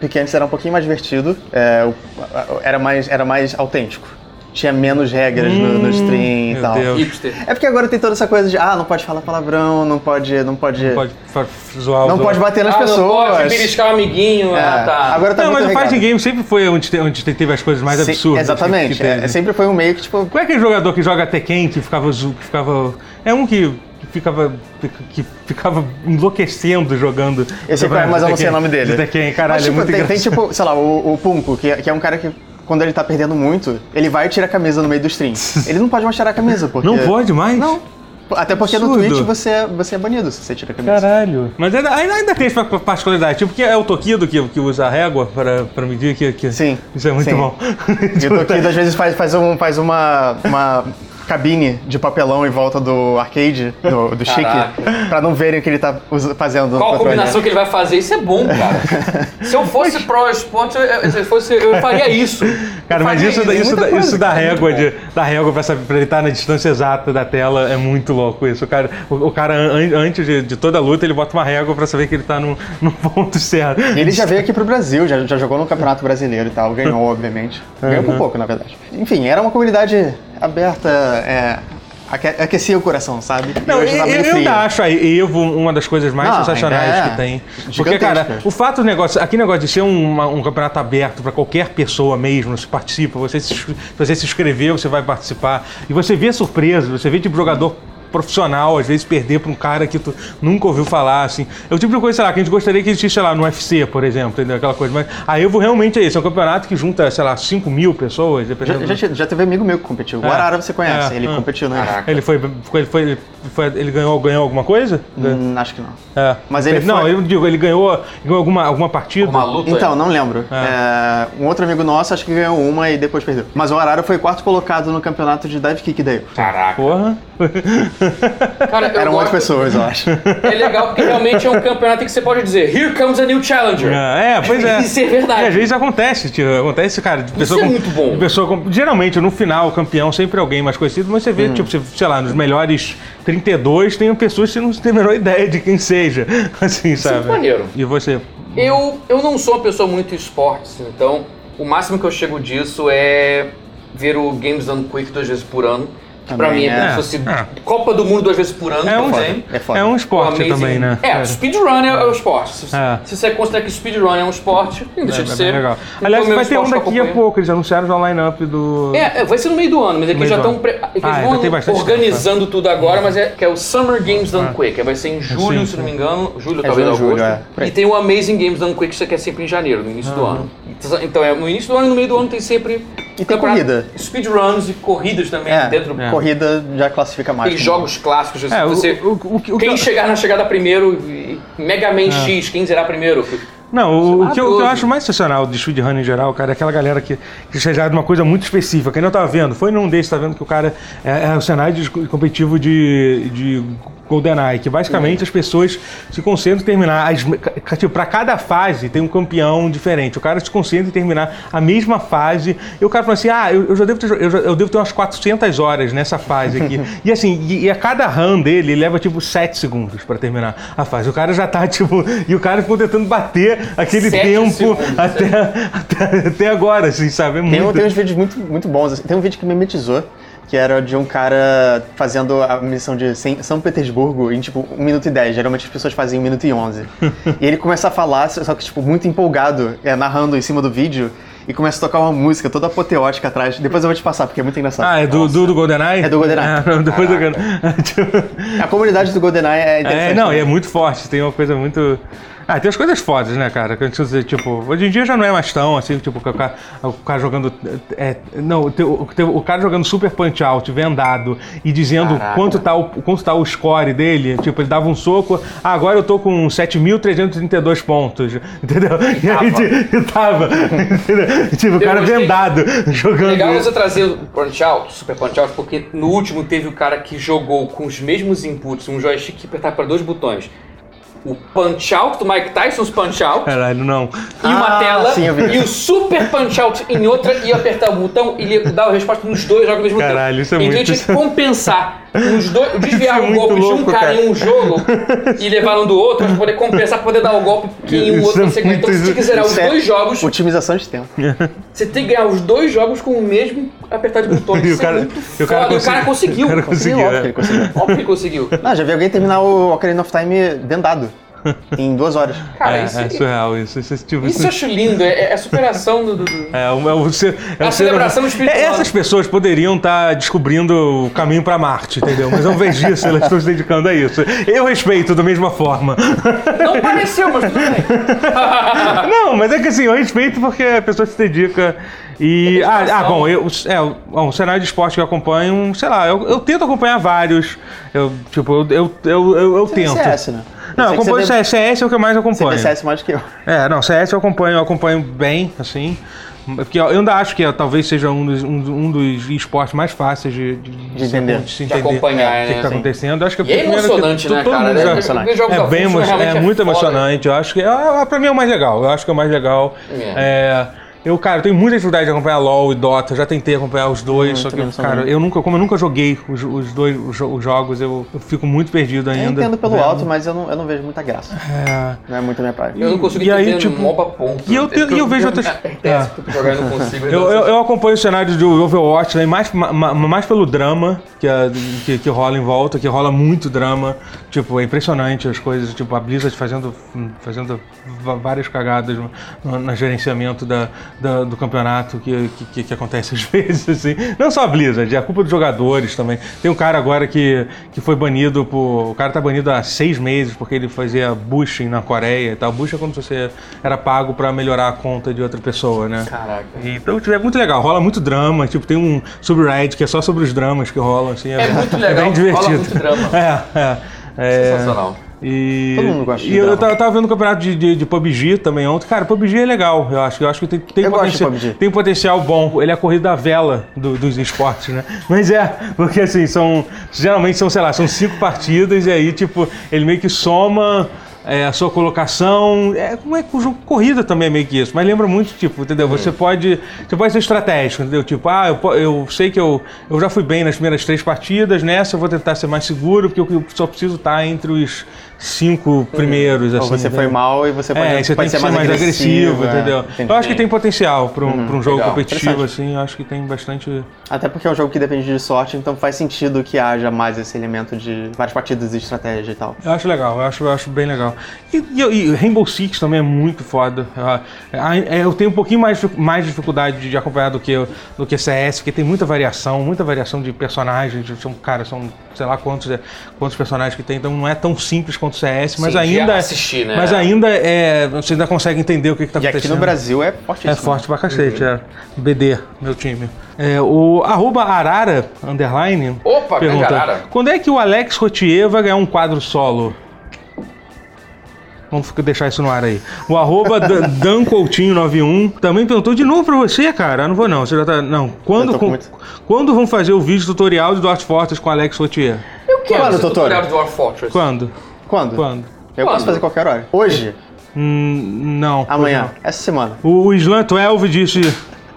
[SPEAKER 2] Porque antes era um pouquinho mais divertido. é, o- a- a- era, mais, era mais autêntico. Tinha menos regras no, no stream e
[SPEAKER 1] Hum, meu
[SPEAKER 2] tal.
[SPEAKER 1] Deus.
[SPEAKER 3] Hipster.
[SPEAKER 2] É porque agora tem toda essa coisa de, ah, não pode falar palavrão, não pode... Não pode, não
[SPEAKER 1] Pode
[SPEAKER 2] pode,
[SPEAKER 1] fa- zoar os outros.
[SPEAKER 2] bater nas
[SPEAKER 3] ah,
[SPEAKER 2] pessoas.
[SPEAKER 3] não pode beliscar o amiguinho,
[SPEAKER 2] É,
[SPEAKER 3] ah, tá.
[SPEAKER 2] Agora tá
[SPEAKER 1] Não,
[SPEAKER 2] muito
[SPEAKER 1] mas o
[SPEAKER 2] regrado.
[SPEAKER 1] Fighting Game sempre foi onde, te- onde te- teve as coisas mais
[SPEAKER 2] Sim,
[SPEAKER 1] absurdas. que-
[SPEAKER 2] Exatamente.
[SPEAKER 1] que teve. né?
[SPEAKER 2] é, sempre foi um meio que, tipo,
[SPEAKER 1] Qual é aquele jogador que joga Tekken, que ficava... zo- Que ficava é um que que ficava, que ficava enlouquecendo jogando.
[SPEAKER 2] Eu sei qual é, mas eu não sei o nome dele.
[SPEAKER 1] De Tekken, caralho,
[SPEAKER 2] Mas, tipo,
[SPEAKER 1] é muito
[SPEAKER 2] tem, tem,
[SPEAKER 1] engraçado.
[SPEAKER 2] tipo, sei lá, o, o Punko, que, que é um cara que quando ele tá perdendo muito, ele vai e tira a camisa no meio do stream. Ele não pode mais tirar a camisa, porque...
[SPEAKER 1] Não pode mais?
[SPEAKER 2] Não. Até porque no
[SPEAKER 1] Absurdo.
[SPEAKER 2] Twitch você, você é banido se você tira a camisa.
[SPEAKER 1] Caralho. Mas ainda, ainda ainda tem essa particularidade, tipo que é o Tokido que, que usa a régua pra, pra medir que, que...
[SPEAKER 2] Sim,
[SPEAKER 1] Isso é muito
[SPEAKER 2] sim.
[SPEAKER 1] bom. Tipo,
[SPEAKER 2] E o Tokido às vezes faz, faz, um, faz uma, uma cabine de papelão em volta do arcade, do, do chique,
[SPEAKER 3] Caraca.
[SPEAKER 2] pra não verem o que ele tá usa- fazendo. no
[SPEAKER 3] Qual a
[SPEAKER 2] controle.
[SPEAKER 3] combinação que ele vai fazer? Isso é bom, cara. se eu fosse pro esporte, eu- eu- se eu, fosse, eu faria isso.
[SPEAKER 1] Cara,
[SPEAKER 3] Eu
[SPEAKER 1] mas
[SPEAKER 3] faria
[SPEAKER 1] isso, da-
[SPEAKER 3] é
[SPEAKER 1] isso,
[SPEAKER 3] muita
[SPEAKER 1] da,
[SPEAKER 3] coisa,
[SPEAKER 1] isso da
[SPEAKER 3] cara, é muito
[SPEAKER 1] régua,
[SPEAKER 3] bom.
[SPEAKER 1] de, da régua pra, saber- pra ele estar na distância exata da tela é muito louco isso. O cara, o, o cara an- antes de, de toda a luta, ele bota uma régua pra saber que ele tá no, no ponto certo.
[SPEAKER 2] E ele já veio aqui pro Brasil, já, já jogou no Campeonato Brasileiro e tal, ganhou,
[SPEAKER 1] Uhum.
[SPEAKER 2] obviamente. Ganhou por pouco, na verdade. Enfim, era uma comunidade aberta, é, aque- aquecia o coração, sabe? E
[SPEAKER 1] Não, eu,
[SPEAKER 2] hoje tá meio
[SPEAKER 1] eu
[SPEAKER 2] frio.
[SPEAKER 1] ainda acho a Evo uma das coisas mais
[SPEAKER 2] Não,
[SPEAKER 1] sensacionais
[SPEAKER 2] ainda é
[SPEAKER 1] que tem. Porque,
[SPEAKER 2] gigantesca.
[SPEAKER 1] cara, o fato do negócio, aquele negócio de ser um, uma- um campeonato aberto para qualquer pessoa mesmo, você participa, você se, inscre- você se inscreveu, você vai participar. E você vê surpresa, você vê tipo jogador profissional, às vezes perder pra um cara que tu nunca ouviu falar, assim. É o tipo de coisa, sei lá, que a gente gostaria que existisse, sei lá, no UFC, por exemplo, entendeu? Aquela coisa. Mas a Evo realmente é isso, é um campeonato que junta, sei lá, 5 mil pessoas,
[SPEAKER 2] Já,
[SPEAKER 1] dependendo
[SPEAKER 2] já, te- já teve amigo meu que competiu. O
[SPEAKER 1] É.
[SPEAKER 2] Arara você conhece,
[SPEAKER 1] É,
[SPEAKER 2] ele
[SPEAKER 1] é.
[SPEAKER 2] competiu, né?
[SPEAKER 3] Caraca.
[SPEAKER 1] Ele foi, ele foi, ele foi, ele ganhou, ganhou alguma coisa?
[SPEAKER 2] Hum, acho que não.
[SPEAKER 1] É.
[SPEAKER 2] Mas ele
[SPEAKER 1] Não,
[SPEAKER 2] foi-
[SPEAKER 1] eu digo, ele ganhou, ele ganhou alguma, alguma partida.
[SPEAKER 3] Uma luta.
[SPEAKER 2] Então, não lembro. É, um outro amigo nosso acho que ganhou uma e depois perdeu. Mas o Arara foi quarto colocado no campeonato de dive kick daí.
[SPEAKER 3] Caraca.
[SPEAKER 1] Porra.
[SPEAKER 3] Cara, Tá. eu
[SPEAKER 2] Eram oito
[SPEAKER 3] gosto-
[SPEAKER 2] pessoas, eu acho.
[SPEAKER 3] É legal porque realmente é um campeonato em que você pode dizer: Here comes a new challenger.
[SPEAKER 1] É, pois é.
[SPEAKER 3] Isso é verdade.
[SPEAKER 1] E às vezes acontece, tio. Acontece, cara. De
[SPEAKER 3] é muito bom.
[SPEAKER 1] de pessoa com- geralmente, no final, o campeão sempre é alguém mais conhecido, mas você
[SPEAKER 3] Hum.
[SPEAKER 1] vê, tipo, você- sei lá, nos melhores 32 tem pessoas que não tem a menor ideia de quem seja. Assim, sabe?
[SPEAKER 3] é maneiro.
[SPEAKER 1] E você?
[SPEAKER 3] Eu, eu não sou uma pessoa muito esportes, então o máximo que eu chego disso é ver o Games Done Quick duas vezes por ano. Que pra
[SPEAKER 2] Também
[SPEAKER 3] mim é como
[SPEAKER 1] é.
[SPEAKER 3] se fosse
[SPEAKER 1] É.
[SPEAKER 3] Copa do Mundo duas vezes por ano
[SPEAKER 1] É um,
[SPEAKER 3] também.
[SPEAKER 2] É foda.
[SPEAKER 1] é um
[SPEAKER 3] O
[SPEAKER 1] esporte
[SPEAKER 3] Amazing-
[SPEAKER 1] também, né?
[SPEAKER 3] É, speedrun é, é o esporte. Se,
[SPEAKER 1] É.
[SPEAKER 3] se você considera que speedrun é um esporte, não deixa
[SPEAKER 1] É,
[SPEAKER 3] de
[SPEAKER 1] é
[SPEAKER 3] ser.
[SPEAKER 1] bem legal.
[SPEAKER 3] Então,
[SPEAKER 1] Aliás,
[SPEAKER 3] meu
[SPEAKER 1] vai ter um
[SPEAKER 3] esporte que eu
[SPEAKER 1] daqui a
[SPEAKER 3] acompanho-
[SPEAKER 1] pouco. Eles anunciaram já o line-up do.
[SPEAKER 3] É, é, vai ser no meio do ano, mas é que
[SPEAKER 1] Meio
[SPEAKER 3] eles já
[SPEAKER 1] do
[SPEAKER 3] estão
[SPEAKER 1] ano.
[SPEAKER 3] pre... é que eles
[SPEAKER 1] Ah,
[SPEAKER 3] vão
[SPEAKER 1] ainda tem bastante tempo, Ah. É,
[SPEAKER 3] organizando tudo agora, mas é que é o Summer Games Done Quick. Vai ser em julho,
[SPEAKER 1] sim,
[SPEAKER 3] se não me engano, julho
[SPEAKER 2] É
[SPEAKER 3] talvez
[SPEAKER 2] julho,
[SPEAKER 3] agosto.
[SPEAKER 2] julho, é, por aí.
[SPEAKER 3] E tem o Amazing Games Done Quick, que é sempre em janeiro, no início do ano. Então é no início do ano e no meio do ano tem sempre
[SPEAKER 2] E tem
[SPEAKER 3] campeonato-
[SPEAKER 2] corrida.
[SPEAKER 3] speedruns e corridas também
[SPEAKER 2] É,
[SPEAKER 3] dentro
[SPEAKER 2] corrida já classifica mais.
[SPEAKER 3] Tem
[SPEAKER 2] como-
[SPEAKER 3] jogos clássicos, assim,
[SPEAKER 1] É, o-
[SPEAKER 3] você,
[SPEAKER 1] o- o- o que- Ah. o
[SPEAKER 3] quem
[SPEAKER 1] que-
[SPEAKER 3] chegar na chegada primeiro, e- Mega Man X, quem zerar primeiro.
[SPEAKER 1] Não, o, o que eu, o que eu
[SPEAKER 3] Maravilhoso.
[SPEAKER 1] acho mais sensacional de speedrun em geral, cara, é aquela galera que, que seja de uma coisa muito específica. Quem não tá vendo, foi num desses, tá vendo que o cara é, é o cenário de- competitivo de, de GoldenEye, que basicamente as pessoas se concentram em terminar. As, me- ca- tipo, pra cada fase tem um campeão diferente. O cara se concentra em terminar a mesma fase. E o cara fala assim: ah, eu, eu já devo ter, jo- eu, já- eu devo ter umas 400 horas nessa fase aqui. e assim, e, e a cada run dele ele leva tipo 7 segundos pra terminar a fase. O cara já tá, tipo. E o cara ficou tentando bater aquele aquele
[SPEAKER 3] Sete
[SPEAKER 1] tempo
[SPEAKER 3] segundos, né?
[SPEAKER 1] até, até, até agora, assim, sabe? É
[SPEAKER 2] Tem, um-
[SPEAKER 1] muito.
[SPEAKER 2] tem uns vídeos muito, muito bons. assim. Tem um vídeo que me mimetizou, que era de um cara fazendo a missão de Sem- São Petersburgo em tipo 1 minuto e 10. Geralmente as pessoas fazem 1 minuto e 11. e ele começa a falar, só que tipo muito empolgado, é, narrando em cima do vídeo, e começa a tocar uma música toda apoteótica atrás. Depois eu vou te passar, porque é muito engraçado.
[SPEAKER 1] Ah, é do, do, do GoldenEye?
[SPEAKER 2] É do GoldenEye.
[SPEAKER 1] É, não, depois eu quero- Tipo,
[SPEAKER 2] A comunidade do GoldenEye é interessante.
[SPEAKER 1] é, não, e
[SPEAKER 2] né?
[SPEAKER 1] é muito forte, tem uma coisa muito. Ah, tem as coisas fodas, né, cara? Que antes, tipo, hoje em dia já não é mais tão assim, tipo, o cara, o cara jogando. é, não, o, teu- o teu- o cara jogando super punch out, vendado, e dizendo
[SPEAKER 3] Caraca.
[SPEAKER 1] quanto tá, o, quanto tá o score dele. Tipo, ele dava um soco, ah, agora eu tô com 7.332 pontos, entendeu? E aí tipo, e tava. entendeu? tipo, o
[SPEAKER 3] Eu
[SPEAKER 1] cara
[SPEAKER 3] gostei.
[SPEAKER 1] vendado, jogando.
[SPEAKER 3] Legal você trazer o Punch Out, Super Punch Out, porque no último teve o cara que jogou com os mesmos inputs, um joystick que apertava para dois botões. O Punch Out do Mike Tyson's Punch Out
[SPEAKER 1] Caralho, não.
[SPEAKER 3] e uma
[SPEAKER 2] Ah,
[SPEAKER 3] tela
[SPEAKER 2] sim, eu vi.
[SPEAKER 3] e o Super Punch Out em outra e apertar o botão e ele dava a resposta nos dois jogos ao mesmo tempo.
[SPEAKER 1] Caralho, isso é
[SPEAKER 3] então
[SPEAKER 1] muito-
[SPEAKER 3] eu tinha que compensar os dois, desviar
[SPEAKER 1] Isso é
[SPEAKER 3] um golpe
[SPEAKER 1] muito
[SPEAKER 3] de um
[SPEAKER 1] louco,
[SPEAKER 3] cara,
[SPEAKER 1] cara.
[SPEAKER 3] em um jogo e levar no do outro pra poder compensar pra poder dar o golpe que em um
[SPEAKER 1] Isso
[SPEAKER 3] outro
[SPEAKER 1] é
[SPEAKER 3] você ganha. Então
[SPEAKER 1] muito-
[SPEAKER 3] você tinha que zerar os
[SPEAKER 2] Isso é
[SPEAKER 3] dois jogos
[SPEAKER 2] Otimização de tempo.
[SPEAKER 3] você tem que ganhar os dois jogos com o mesmo apertar de botões.
[SPEAKER 1] E o
[SPEAKER 3] Isso
[SPEAKER 1] cara-
[SPEAKER 3] é muito
[SPEAKER 1] e o cara
[SPEAKER 3] foda. E o cara
[SPEAKER 1] consegui-
[SPEAKER 3] conseguiu.
[SPEAKER 1] o cara conseguiu,
[SPEAKER 2] Óbvio
[SPEAKER 1] é.
[SPEAKER 2] que ele conseguiu.
[SPEAKER 3] Óbvio que conseguiu.
[SPEAKER 2] Não, Ah, já vi alguém terminar o Ocarina of Time vendado. em duas horas.
[SPEAKER 3] Cara,
[SPEAKER 1] É,
[SPEAKER 3] isso,
[SPEAKER 1] é surreal isso. Isso, tipo,
[SPEAKER 3] isso eu acho lindo. É, é a superação do. do- do-
[SPEAKER 1] É, o- é o ser- é
[SPEAKER 3] A
[SPEAKER 1] o ser-
[SPEAKER 3] celebração espiritual.
[SPEAKER 1] É, Essas pessoas poderiam estar descobrindo o caminho pra Marte, entendeu? Mas ao invés disso, elas estão se dedicando a isso. Eu respeito da mesma forma.
[SPEAKER 3] Não pareceu, mas tudo bem.
[SPEAKER 1] Não, mas é que assim, eu respeito porque a pessoa se dedica. E.
[SPEAKER 3] Tem
[SPEAKER 1] Ah, ah,
[SPEAKER 3] participação.
[SPEAKER 1] bom, eu, é, bom, o cenário de esporte que eu acompanho, sei lá, eu, eu tento acompanhar vários. Eu, tipo, eu, eu, eu, eu, eu
[SPEAKER 2] Você tem
[SPEAKER 1] tento.
[SPEAKER 2] CS, né?
[SPEAKER 1] Não, eu
[SPEAKER 2] sei que
[SPEAKER 1] acompanho
[SPEAKER 2] você
[SPEAKER 1] CS, CS é o que eu mais acompanho.
[SPEAKER 2] Você vê CS mais do que eu.
[SPEAKER 1] É, não, CS eu acompanho, eu acompanho bem, assim. Porque eu ainda acho que ó, talvez seja um dos, um, um dos esportes mais fáceis de, de,
[SPEAKER 2] De entender.
[SPEAKER 1] se
[SPEAKER 3] De acompanhar,
[SPEAKER 1] o que
[SPEAKER 3] né?
[SPEAKER 1] está acontecendo. Eu Acho que
[SPEAKER 3] E é
[SPEAKER 1] primeiro que
[SPEAKER 3] emocionante,
[SPEAKER 1] to-
[SPEAKER 3] né,
[SPEAKER 1] todo
[SPEAKER 3] cara?
[SPEAKER 1] mundo
[SPEAKER 3] É-
[SPEAKER 1] já-
[SPEAKER 2] emocionante.
[SPEAKER 3] eu vejo
[SPEAKER 1] É
[SPEAKER 3] jogos da
[SPEAKER 1] bem
[SPEAKER 3] Fúria,
[SPEAKER 1] emocionante,
[SPEAKER 3] realmente
[SPEAKER 1] é muito
[SPEAKER 3] foda.
[SPEAKER 1] emocionante. Eu acho que é, é, pra mim é o mais legal. Eu acho que é o mais legal.
[SPEAKER 3] É.
[SPEAKER 1] É, eu, cara, eu tenho muita dificuldade de acompanhar LoL e Dota. Eu já tentei acompanhar os dois, só
[SPEAKER 2] também não
[SPEAKER 1] que,
[SPEAKER 2] sou
[SPEAKER 1] cara,
[SPEAKER 2] bom.
[SPEAKER 1] eu nunca, como eu nunca joguei os, os dois os, jo- os jogos, eu, eu fico muito perdido
[SPEAKER 2] Eu
[SPEAKER 1] ainda. É.
[SPEAKER 2] entendo pelo
[SPEAKER 1] vendo.
[SPEAKER 2] alto, mas eu não, eu não vejo muita graça.
[SPEAKER 1] É.
[SPEAKER 2] Não é muito a minha praia.
[SPEAKER 3] Eu não consigo
[SPEAKER 1] E aí,
[SPEAKER 3] entender
[SPEAKER 1] tipo,
[SPEAKER 3] MOBA ponto.
[SPEAKER 1] e eu te- e eu vejo outras-
[SPEAKER 3] É, se tu jogar eu não consigo.
[SPEAKER 1] Eu, eu- eu acompanho o cenário do Overwatch né, mais, ma- ma- mais pelo drama que, a- que- que rola em volta, que rola muito drama. Tipo, é impressionante as coisas, tipo, a Blizzard fazendo, fazendo va- várias cagadas no, no- no gerenciamento da- da- do campeonato que, que- que- que acontece às vezes, assim. Não só a Blizzard, é a culpa dos jogadores também. Tem um cara agora que, que foi banido por. O cara tá banido há seis meses porque ele fazia bushing na Coreia e tal. Bush é quando você era pago pra melhorar a conta de outra pessoa, né?
[SPEAKER 3] Caraca.
[SPEAKER 1] Então tipo, é muito legal, rola muito drama, tipo, tem um subreddit que é só sobre os dramas que rolam, assim.
[SPEAKER 3] É muito legal,
[SPEAKER 1] bem
[SPEAKER 3] rola
[SPEAKER 1] divertido.
[SPEAKER 3] muito drama.
[SPEAKER 1] É, é. é.
[SPEAKER 3] Sensacional.
[SPEAKER 1] E,
[SPEAKER 2] Todo mundo gosta de
[SPEAKER 1] e eu,
[SPEAKER 2] drama.
[SPEAKER 1] eu tava, tava vendo o campeonato de, de, de PUBG também ontem. Cara, PUBG é legal, eu acho. Eu acho que tem, tem
[SPEAKER 2] Eu gosto de
[SPEAKER 1] potencial.
[SPEAKER 2] PUBG.
[SPEAKER 1] Tem um potencial bom. Ele é a corrida à vela do- dos esportes, né? Mas é, porque assim, são. Geralmente são, sei lá, são cinco partidas e aí, tipo, ele meio que soma. é, a sua colocação. É como é que o jogo de corrida também é meio que isso, mas lembra muito, tipo, entendeu? Você pode. Você pode ser estratégico, entendeu? Tipo, ah, eu, po- eu sei que eu, eu já fui bem nas primeiras três partidas, nessa eu vou tentar ser mais seguro, porque eu só preciso estar entre os cinco primeiros.
[SPEAKER 2] Ou
[SPEAKER 1] Assim,
[SPEAKER 2] você foi
[SPEAKER 1] entendeu?
[SPEAKER 2] mal e você pode,
[SPEAKER 1] É, você
[SPEAKER 2] pode
[SPEAKER 1] tem que ser mais, agressivo,
[SPEAKER 2] é.
[SPEAKER 1] entendeu?
[SPEAKER 2] Entendi.
[SPEAKER 1] Eu acho que tem potencial para um, pra um jogo
[SPEAKER 3] legal.
[SPEAKER 1] competitivo,
[SPEAKER 2] Interessante.
[SPEAKER 1] assim, eu acho que tem bastante.
[SPEAKER 2] Até porque é um jogo que depende de sorte, então faz sentido que haja mais esse elemento de várias partidas e estratégia e tal.
[SPEAKER 1] Eu acho legal, eu acho, eu acho bem legal. E, e- e Rainbow Six também é muito foda. Ah, é, é, Eu tenho um pouquinho mais, dificu- mais dificuldade de- de acompanhar do que, do que CS, porque tem muita variação, muita variação de personagens. São, cara, são sei lá quantos, quantos personagens que tem, então não é tão simples quanto CS, mas
[SPEAKER 3] Sim, de
[SPEAKER 1] ainda. é,
[SPEAKER 3] assistir, né?
[SPEAKER 1] Mas ainda é. Você ainda consegue entender o que, está
[SPEAKER 2] E
[SPEAKER 1] acontecendo.
[SPEAKER 2] aqui no Brasil é fortíssimo.
[SPEAKER 1] É forte pra cacete, é. BD, meu time. É, o arroba Arara, underline,
[SPEAKER 3] Opa, grande
[SPEAKER 1] pergunta,
[SPEAKER 3] Arara.
[SPEAKER 1] quando é que o Alex Rotier vai ganhar um quadro solo? Vamos ficar- deixar isso no ar aí. O arroba Dan- Dan Coutinho 91 também perguntou de novo pra você, cara. Ah, não vou não, você já tá... Não,
[SPEAKER 2] Eu
[SPEAKER 1] quando,
[SPEAKER 2] tô
[SPEAKER 1] com-
[SPEAKER 2] com muito-
[SPEAKER 1] quando vão fazer o vídeo tutorial de Dwarf Fortress com Alex Rotier?
[SPEAKER 3] Eu quero
[SPEAKER 2] Quando,
[SPEAKER 3] esse tutorial
[SPEAKER 2] doutora?
[SPEAKER 3] do Dwarf Fortress.
[SPEAKER 1] Quando?
[SPEAKER 2] Quando?
[SPEAKER 1] Quando?
[SPEAKER 2] Eu
[SPEAKER 3] Quando?
[SPEAKER 2] posso fazer qualquer hora. Hoje,
[SPEAKER 1] Hum, não.
[SPEAKER 2] amanhã, essa semana.
[SPEAKER 1] O, o Slam 12 disse...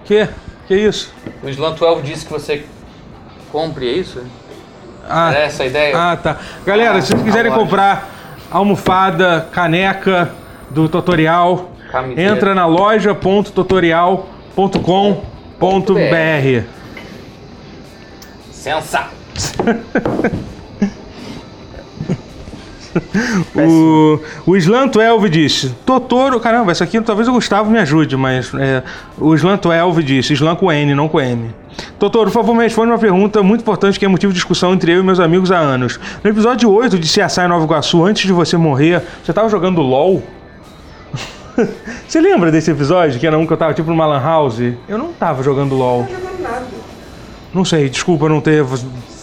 [SPEAKER 1] Que? Que isso?
[SPEAKER 3] O Slant 12 disse que você compre, é isso?
[SPEAKER 1] Ah,
[SPEAKER 3] Era essa a ideia?
[SPEAKER 1] Ah, tá. Galera, se vocês quiserem
[SPEAKER 2] loja.
[SPEAKER 1] comprar almofada, caneca do tutorial,
[SPEAKER 3] Camiseta.
[SPEAKER 1] entra na loja.tutorial.com.br.
[SPEAKER 3] Sensa!
[SPEAKER 1] O, o Slan 12 disse, Totoro, caramba, essa aqui talvez o Gustavo me ajude, mas é, o Slan 12 disse, Slan com N, não com M. Totoro, por favor, me responde uma pergunta muito importante que é motivo de discussão entre eu e meus amigos há anos. No episódio 8 de CSI Nova Iguaçu, antes de você morrer, você tava jogando LOL? você lembra desse episódio, que era um que eu tava tipo numa lan house? Eu não tava jogando LOL. Não sei, desculpa não ter.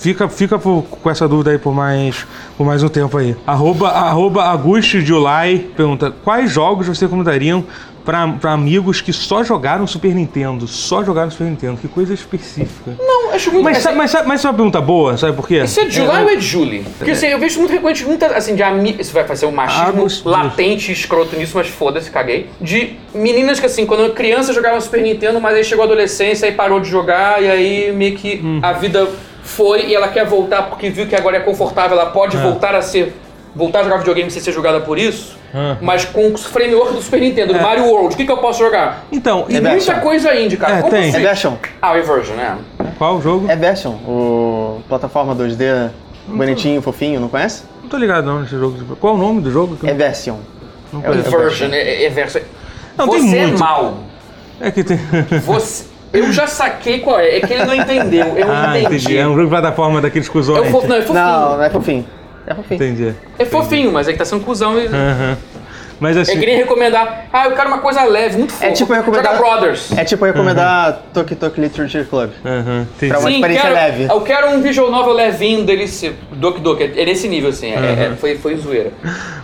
[SPEAKER 1] Fica, fica por- com essa dúvida aí por mais, por mais um tempo aí. Arroba, arroba Augusto July pergunta: Quais jogos você recomendariam pra pra amigos que só jogaram Super Nintendo? Só jogaram Super Nintendo? Que coisa específica.
[SPEAKER 3] Não, Então, acho muito
[SPEAKER 1] Mas, sabe, mas, sabe, mas sabe uma pergunta boa, sabe por quê?
[SPEAKER 3] Isso é de July ou é de Julie? Porque assim, eu vejo muito frequente, muita, assim, de amigas. Isso vai fazer um machismo
[SPEAKER 1] Águas-
[SPEAKER 3] latente, escroto nisso, mas foda-se, caguei. De meninas que, assim, quando eu criança jogava Super Nintendo, mas aí chegou a adolescência e parou de jogar, e aí meio que
[SPEAKER 1] Hum.
[SPEAKER 3] a vida foi e ela quer voltar porque viu que agora é confortável, ela pode voltar a ser. voltar a jogar videogame sem ser julgada por isso.
[SPEAKER 1] É.
[SPEAKER 3] Mas com o framework do Super Nintendo, do Mario World, o que, que eu posso jogar?
[SPEAKER 1] Então, e
[SPEAKER 2] É
[SPEAKER 1] muito-
[SPEAKER 3] Muita coisa indie, cara.
[SPEAKER 1] É,
[SPEAKER 3] Como
[SPEAKER 1] tem.
[SPEAKER 2] É
[SPEAKER 3] assim?
[SPEAKER 2] Version.
[SPEAKER 3] Ah, Reversion, né?
[SPEAKER 1] qual jogo?
[SPEAKER 2] É Version. O plataforma 2D bonitinho, fofinho, não conhece?
[SPEAKER 1] Não tô ligado não nesse jogo. de- Qual o nome do jogo?
[SPEAKER 2] É Version.
[SPEAKER 1] Não
[SPEAKER 2] É o
[SPEAKER 1] conheço.
[SPEAKER 3] Version, é, é verso.
[SPEAKER 1] Não,
[SPEAKER 3] Você
[SPEAKER 1] tem
[SPEAKER 3] é
[SPEAKER 1] muito.
[SPEAKER 3] mal.
[SPEAKER 1] É que tem.
[SPEAKER 3] Você- eu já saquei qual é. É que ele não entendeu. Eu
[SPEAKER 1] ah,
[SPEAKER 3] entendi.
[SPEAKER 1] entendi. É um jogo de plataforma daqueles
[SPEAKER 3] É
[SPEAKER 1] cuzões.
[SPEAKER 3] fofo, não, é fofinho.
[SPEAKER 2] Não, não é fofinho. É fofinho.
[SPEAKER 1] Entendi. Ah,
[SPEAKER 3] É fofinho, mas é que tá sendo um cuzão. E...
[SPEAKER 1] Aham. Mas assim.
[SPEAKER 3] É que nem recomendar. Ah, eu quero uma coisa leve, muito fofa.
[SPEAKER 2] É tipo recomendar.
[SPEAKER 3] Joga Brothers.
[SPEAKER 2] É tipo recomendar Toki Toki Literature Club.
[SPEAKER 1] Aham, entendi.
[SPEAKER 2] Pra uma experiência
[SPEAKER 3] quero,
[SPEAKER 2] leve.
[SPEAKER 3] Eu quero um visual novel levinho delici- Doc Doc, é nesse nível assim, é- é- foi, foi zoeira.